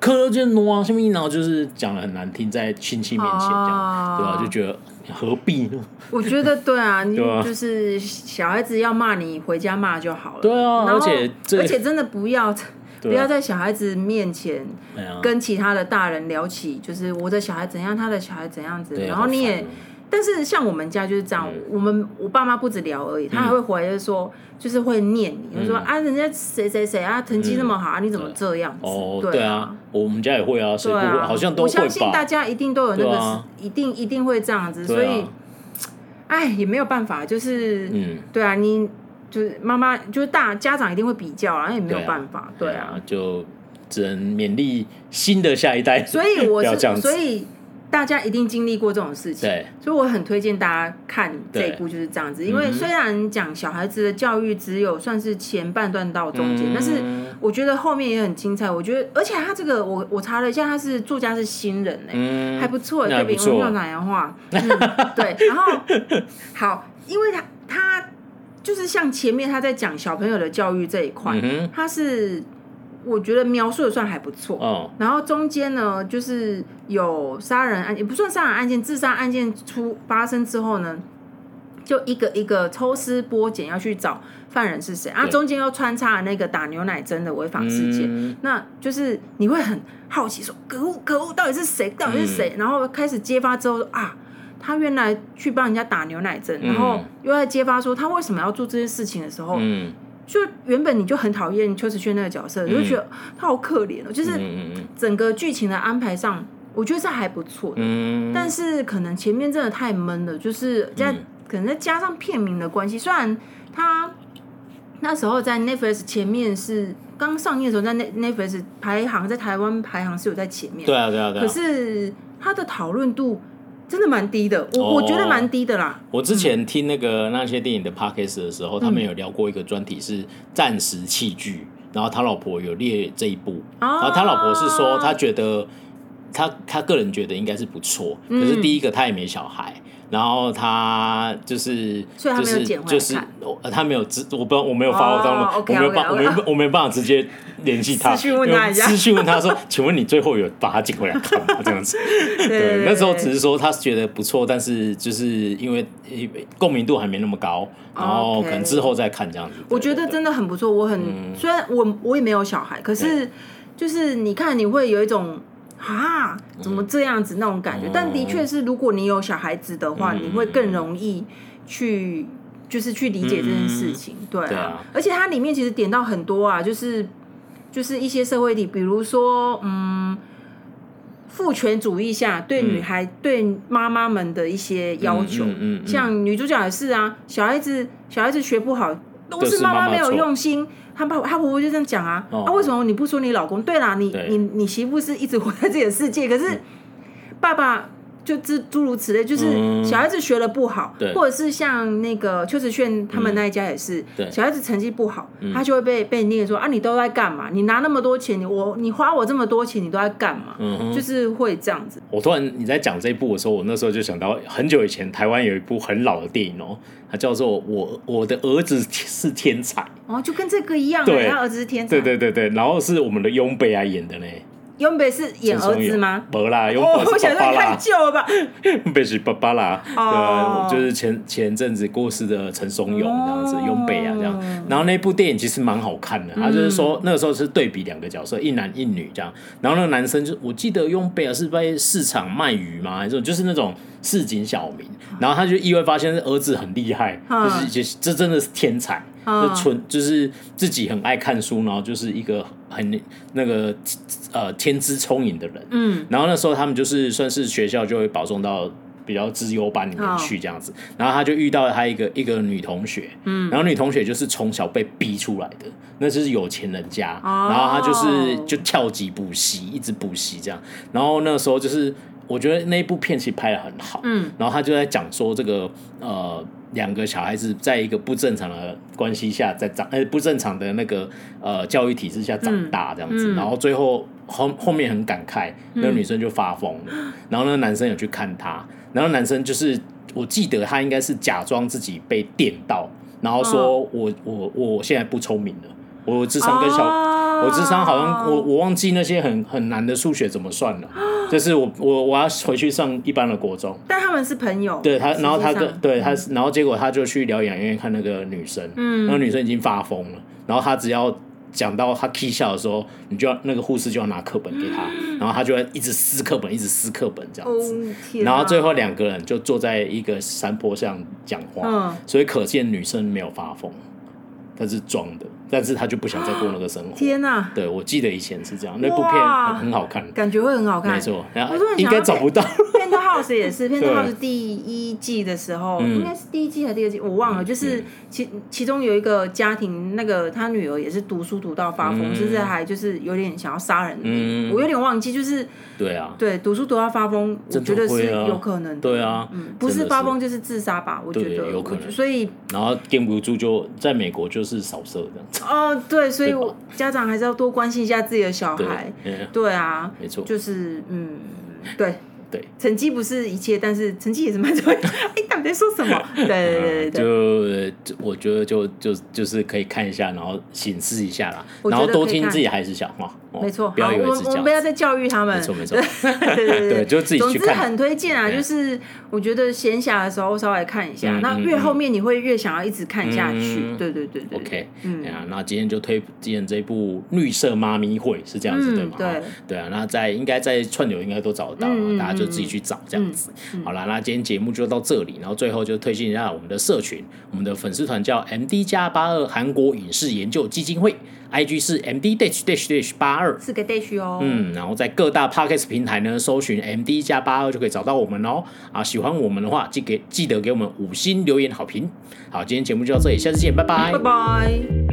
Speaker 1: 科就是挪啊，下面然后就是讲的很难听，在亲戚面前这样，
Speaker 2: 哦
Speaker 1: 对吧、啊就觉得哎何必 呢？
Speaker 2: 我觉得对啊，你
Speaker 1: 对啊
Speaker 2: 就是小孩子要骂你，回家骂就好了。
Speaker 1: 对啊
Speaker 2: 然后
Speaker 1: 而且这
Speaker 2: 而且真的不要
Speaker 1: 对啊
Speaker 2: 不要在小孩子面前
Speaker 1: 哎呀
Speaker 2: 跟其他的大人聊起，就是我的小孩怎样，他的小孩怎样子，
Speaker 1: 对
Speaker 2: 然后你
Speaker 1: 好
Speaker 2: 也
Speaker 1: 烦哦。嗯
Speaker 2: 但是像我们家就是这样，我们我爸妈不止聊而已，他还会回来就说，就是会念你，就说
Speaker 1: 嗯
Speaker 2: 啊，人家谁谁谁啊，成绩那么好啊，你怎么这样子？
Speaker 1: 哦，
Speaker 2: 对
Speaker 1: 啊，，我们家也会啊，谁不
Speaker 2: 对
Speaker 1: 会？
Speaker 2: 啊，
Speaker 1: 好像都
Speaker 2: 我
Speaker 1: 会吧。
Speaker 2: 相信大家一定都有那
Speaker 1: 对
Speaker 2: 个
Speaker 1: 啊，
Speaker 2: 一定一定会这样子，所
Speaker 1: 对啊
Speaker 2: 以，哎，也没有办法，就是
Speaker 1: 嗯，
Speaker 2: 对啊，你就是妈妈，就是大家长一定会比较啊，那也没有
Speaker 1: 对啊
Speaker 2: 办法，对啊，，
Speaker 1: 就只能勉励新的下一代。
Speaker 2: 所以我
Speaker 1: 不要
Speaker 2: 是
Speaker 1: 这样子
Speaker 2: 所以大家一定经历过这种事情，
Speaker 1: 对，
Speaker 2: 所以我很推荐大家看这
Speaker 1: 对嗯
Speaker 2: 一部就是这样子，因为虽然讲小孩子的教育只有算是前半段到
Speaker 1: 嗯
Speaker 2: 中间，但是我觉得后面也很精彩。我觉得，而且他这个我我查了一下，他是作家是新人呢、欸
Speaker 1: 嗯
Speaker 2: 还不错，
Speaker 1: 那还
Speaker 2: 对比
Speaker 1: 不错
Speaker 2: 我们南洋话，嗯， 对，然后好，因为他他就是像前面他在讲小朋友的教育这一块，
Speaker 1: 嗯哼，
Speaker 2: 他是我觉得描述的算还不错，
Speaker 1: 哦，
Speaker 2: 然后中间呢，就是有杀人案，也不算杀人案件，自杀案件出发生之后呢，就一个一个抽丝剥茧要去找犯人是谁啊，
Speaker 1: 对
Speaker 2: 中间又穿插了那个打牛奶针的违法事件，
Speaker 1: 嗯，
Speaker 2: 那就是你会很好奇说，可恶可恶，到底是谁？到底是谁？
Speaker 1: 嗯
Speaker 2: 然后开始揭发之后啊。他原来去帮人家打牛奶针，然后
Speaker 1: 嗯
Speaker 2: 又在揭发说他为什么要做这些事情的时候，
Speaker 1: 嗯
Speaker 2: 就原本你就很讨厌邱子轩那个角色，你就觉得他好可怜哦，就是
Speaker 1: 嗯嗯
Speaker 2: 整个剧情的安排上，我觉得是还不错的，
Speaker 1: 嗯，
Speaker 2: 但是可能前面真的太闷了，就是在、
Speaker 1: 嗯
Speaker 2: 可能再加上片名的关系，虽然它那时候在 Netflix 前面是刚上映的时候，在 Net- Netflix 排行在台湾排行是有在前面，
Speaker 1: 对啊对啊对啊
Speaker 2: 可。是它的讨论度真的蛮低的，我、
Speaker 1: 哦
Speaker 2: 我觉得蛮低的啦。
Speaker 1: 我之前听那个那些电影的 podcast 的时候，他们有聊过一个专题是暂时器具，然后他老婆有列这一部，
Speaker 2: 哦
Speaker 1: 然后他老婆是说他觉得他他个人觉得应该是不错，可是第一个他也没小孩。然后他就是，
Speaker 2: 所以他
Speaker 1: 就
Speaker 2: 没有
Speaker 1: 是
Speaker 2: 剪回来
Speaker 1: 就是
Speaker 2: 看，
Speaker 1: 呃他没有直，我不我没有发我当
Speaker 2: 哦
Speaker 1: 我
Speaker 2: ，OK，
Speaker 1: 没有办，我
Speaker 2: OK，OK
Speaker 1: 没有我没有办法直接联系他，
Speaker 2: 私讯问他一下
Speaker 1: 私讯问他说， 请问你最后有把他剪回来看吗？这样子，
Speaker 2: 哦对
Speaker 1: 对，那时候只是说他觉得不错，但是就是因为因为共鸣度还没那么高，然后
Speaker 2: 哦 OK
Speaker 1: 可能之后再看这样子。
Speaker 2: 我觉得
Speaker 1: 对
Speaker 2: 真的很不错，我很、
Speaker 1: 嗯
Speaker 2: 虽然我我也没有小孩，可是就是你看你会有一种啊怎么这样子那种感觉，
Speaker 1: 嗯
Speaker 2: 但的确是如果你有小孩子的话，
Speaker 1: 嗯
Speaker 2: 你会更容易去就是去理解这件事情，对
Speaker 1: 嗯对啊
Speaker 2: 而且它里面其实点到很多啊，就是就是一些社会题，比如说嗯。父权主义下对女孩、对妈妈们的一些要求，
Speaker 1: 嗯嗯嗯嗯
Speaker 2: 像女主角也是啊，小孩子小孩子学不好，都
Speaker 1: 都是
Speaker 2: 是妈
Speaker 1: 妈
Speaker 2: 妈
Speaker 1: 妈
Speaker 2: 没有
Speaker 1: 错
Speaker 2: 用心。她爸她婆婆就这样讲啊，
Speaker 1: 哦
Speaker 2: 啊为什么你不说你老公？对啦，你
Speaker 1: 对
Speaker 2: 你你媳妇是一直活在自己的世界，可是爸爸就诸诸如此类，就是
Speaker 1: 嗯
Speaker 2: 小孩子学的不好，
Speaker 1: 对嗯
Speaker 2: 或者是像那个邱子炫他们那一家也是，
Speaker 1: 对嗯
Speaker 2: 小孩子成绩不好，他就会被被念说啊你都在干嘛？你拿那么多钱，你我你花我这么多钱，你都在干嘛？
Speaker 1: 嗯哼
Speaker 2: 就是会这样子。
Speaker 1: 我突然你在讲这一部的时候，我那时候就想到很久以前台湾有一部很老的电影哦，它叫做《我我的儿子是天才》，
Speaker 2: 哦，就跟这个一样、
Speaker 1: 对
Speaker 2: 欸，他儿子是天才，
Speaker 1: 对对对对，然后是我们的雍贝来演的呢，
Speaker 2: 永北是演儿子吗？
Speaker 1: 没啦，有
Speaker 2: 哦，
Speaker 1: 我
Speaker 2: 我想
Speaker 1: 是
Speaker 2: 说
Speaker 1: 爸爸
Speaker 2: 你太
Speaker 1: 啦，
Speaker 2: 旧了吧？
Speaker 1: 北是爸爸啦，对啊
Speaker 2: 哦，
Speaker 1: 就是前前阵子过世的陈松勇这样子
Speaker 2: 哦，
Speaker 1: 永北啊这样。然后那部电影其实蛮好看
Speaker 2: 嗯
Speaker 1: 的，他就是说那个时候是对比两个角色，一男一女这样。然后那个男生就我记得永北啊是在市场卖鱼嘛，还是就是那种市井小民。然后他就意外发现儿子很厉害，
Speaker 2: 嗯
Speaker 1: 就是就是这真的是天才。
Speaker 2: 嗯
Speaker 1: 就纯就是自己很爱看书，然后就是一个很那个呃天资聪颖的人，
Speaker 2: 嗯，
Speaker 1: 然后那时候他们就是算是学校就会保送到比较资优班里
Speaker 2: 嗯
Speaker 1: 面去这样子，然后他就遇到了他一个一个女同学，嗯，然后女同学就是从小被逼出来的，那就是有钱人家，
Speaker 2: 哦
Speaker 1: 然后他就是就跳级补习，一直补习这样，然后那时候就是我觉得那一部片其实拍的很好，
Speaker 2: 嗯，
Speaker 1: 然后他就在讲说这个呃。两个小孩子在一个不正常的关系下，在长呃不正常的那个呃教育体制下长大这样子，
Speaker 2: 嗯嗯
Speaker 1: 然后最后后后面很感慨，那个女生就发疯了，然后那个男生有去看她，然后男生就是我记得他应该是假装自己被电到，然后说我、我我现在不聪明了，我智商跟小、
Speaker 2: 哦
Speaker 1: 我智商好像我我忘记那些很很难的数学怎么算了，就是我我我要回去上一般的国中。
Speaker 2: 但他们是朋友，
Speaker 1: 对他，然后他
Speaker 2: 实际
Speaker 1: 跟
Speaker 2: 上嗯
Speaker 1: 对他，然后结果他就去疗养院看那个女生，嗯，那个女生已经发疯了，然后他只要讲到他 k 笑的时候，你就要那个护士就要拿课本给他，然后他就会一直撕课本，一直撕课本这样子，
Speaker 2: 嗯哦天啊，
Speaker 1: 然后最后两个人就坐在一个山坡上讲话，
Speaker 2: 嗯
Speaker 1: 所以可见女生没有发疯，她是装的，但是她就不想再过那个生活。
Speaker 2: 天哪，
Speaker 1: 对，我记得以前是这样，那部片
Speaker 2: 哇
Speaker 1: 很很好看，
Speaker 2: 感觉会很好看，
Speaker 1: 没错，然后
Speaker 2: 我突然想
Speaker 1: 应该找不到。
Speaker 2: Penthouse 也是
Speaker 1: 对
Speaker 2: ，Penthouse 第一季的时候，
Speaker 1: 嗯
Speaker 2: 应该是第一季还是第二季，我忘了。就是其其中有一个家庭，那个他女儿也是读书读到发疯，
Speaker 1: 嗯
Speaker 2: 甚至还就是有点想要杀人的那
Speaker 1: 嗯
Speaker 2: 种。我有点忘记，就是
Speaker 1: 对啊，
Speaker 2: 对读书读到发疯，我
Speaker 1: 真的
Speaker 2: 觉得是
Speaker 1: 会啊
Speaker 2: 有可能的。
Speaker 1: 对啊，
Speaker 2: 嗯，不
Speaker 1: 真的
Speaker 2: 是发疯就是自杀吧？我觉
Speaker 1: 对
Speaker 2: 得
Speaker 1: 有可能
Speaker 2: 我觉 所以
Speaker 1: 然后 game 不住就在美国就是扫射这样子。
Speaker 2: 哦，对，所以
Speaker 1: 对吧
Speaker 2: 我家长还是要多关心一下自己的小孩。
Speaker 1: 嗯，
Speaker 2: 对啊，
Speaker 1: 没错，
Speaker 2: 就是嗯，对。
Speaker 1: 对，
Speaker 2: 成绩不是一切，但是成绩也是蛮重要的。 哎，到底在说什么？对对 对对对，
Speaker 1: 啊就就我觉得嗯就就就是可以看一下，然后审视一下啦，
Speaker 2: 我觉
Speaker 1: 然
Speaker 2: 得
Speaker 1: 后多
Speaker 2: 可以
Speaker 1: 听
Speaker 2: 看
Speaker 1: 自己孩子讲话，哦
Speaker 2: 没错。
Speaker 1: 不要
Speaker 2: 好
Speaker 1: 以为
Speaker 2: 我
Speaker 1: 是
Speaker 2: 们
Speaker 1: 这
Speaker 2: 我们
Speaker 1: 样
Speaker 2: 不要
Speaker 1: 子，
Speaker 2: 再教育他们。
Speaker 1: 没 错没错，
Speaker 2: 对对对
Speaker 1: 对就自己
Speaker 2: 总
Speaker 1: 去
Speaker 2: 之
Speaker 1: 看
Speaker 2: 很推荐啊，
Speaker 1: 对
Speaker 2: 就是我觉得闲暇的时候稍微看一下，
Speaker 1: 嗯
Speaker 2: 那
Speaker 1: 嗯
Speaker 2: 越
Speaker 1: 嗯
Speaker 2: 后面你会越想要一直看下去。
Speaker 1: 嗯
Speaker 2: 对对对对
Speaker 1: OK，
Speaker 2: 嗯
Speaker 1: 对啊，那今天就推荐这部《绿色妈咪会》是这样子、
Speaker 2: 嗯
Speaker 1: 对吗？
Speaker 2: 对
Speaker 1: 哦对啊，那在应该在串流应该都找得到，
Speaker 2: 嗯嗯嗯
Speaker 1: 大家就自己去找这样子。好啦，那今天节目就到这里，然后最后就推荐一下我们的社群，我们的粉丝团叫 MD 加八二韩国影视研究基金会，IG 是 MD dash dash dash 八二。
Speaker 2: 四个 dash 哦。
Speaker 1: 嗯，然后在各大 podcast 平台呢，搜寻 MD 加八二就可以找到我们哦。啊，喜欢我们的话，记给记得给我们五星留言好评。好，今天节目就到这里，下次见，拜拜
Speaker 2: 拜拜。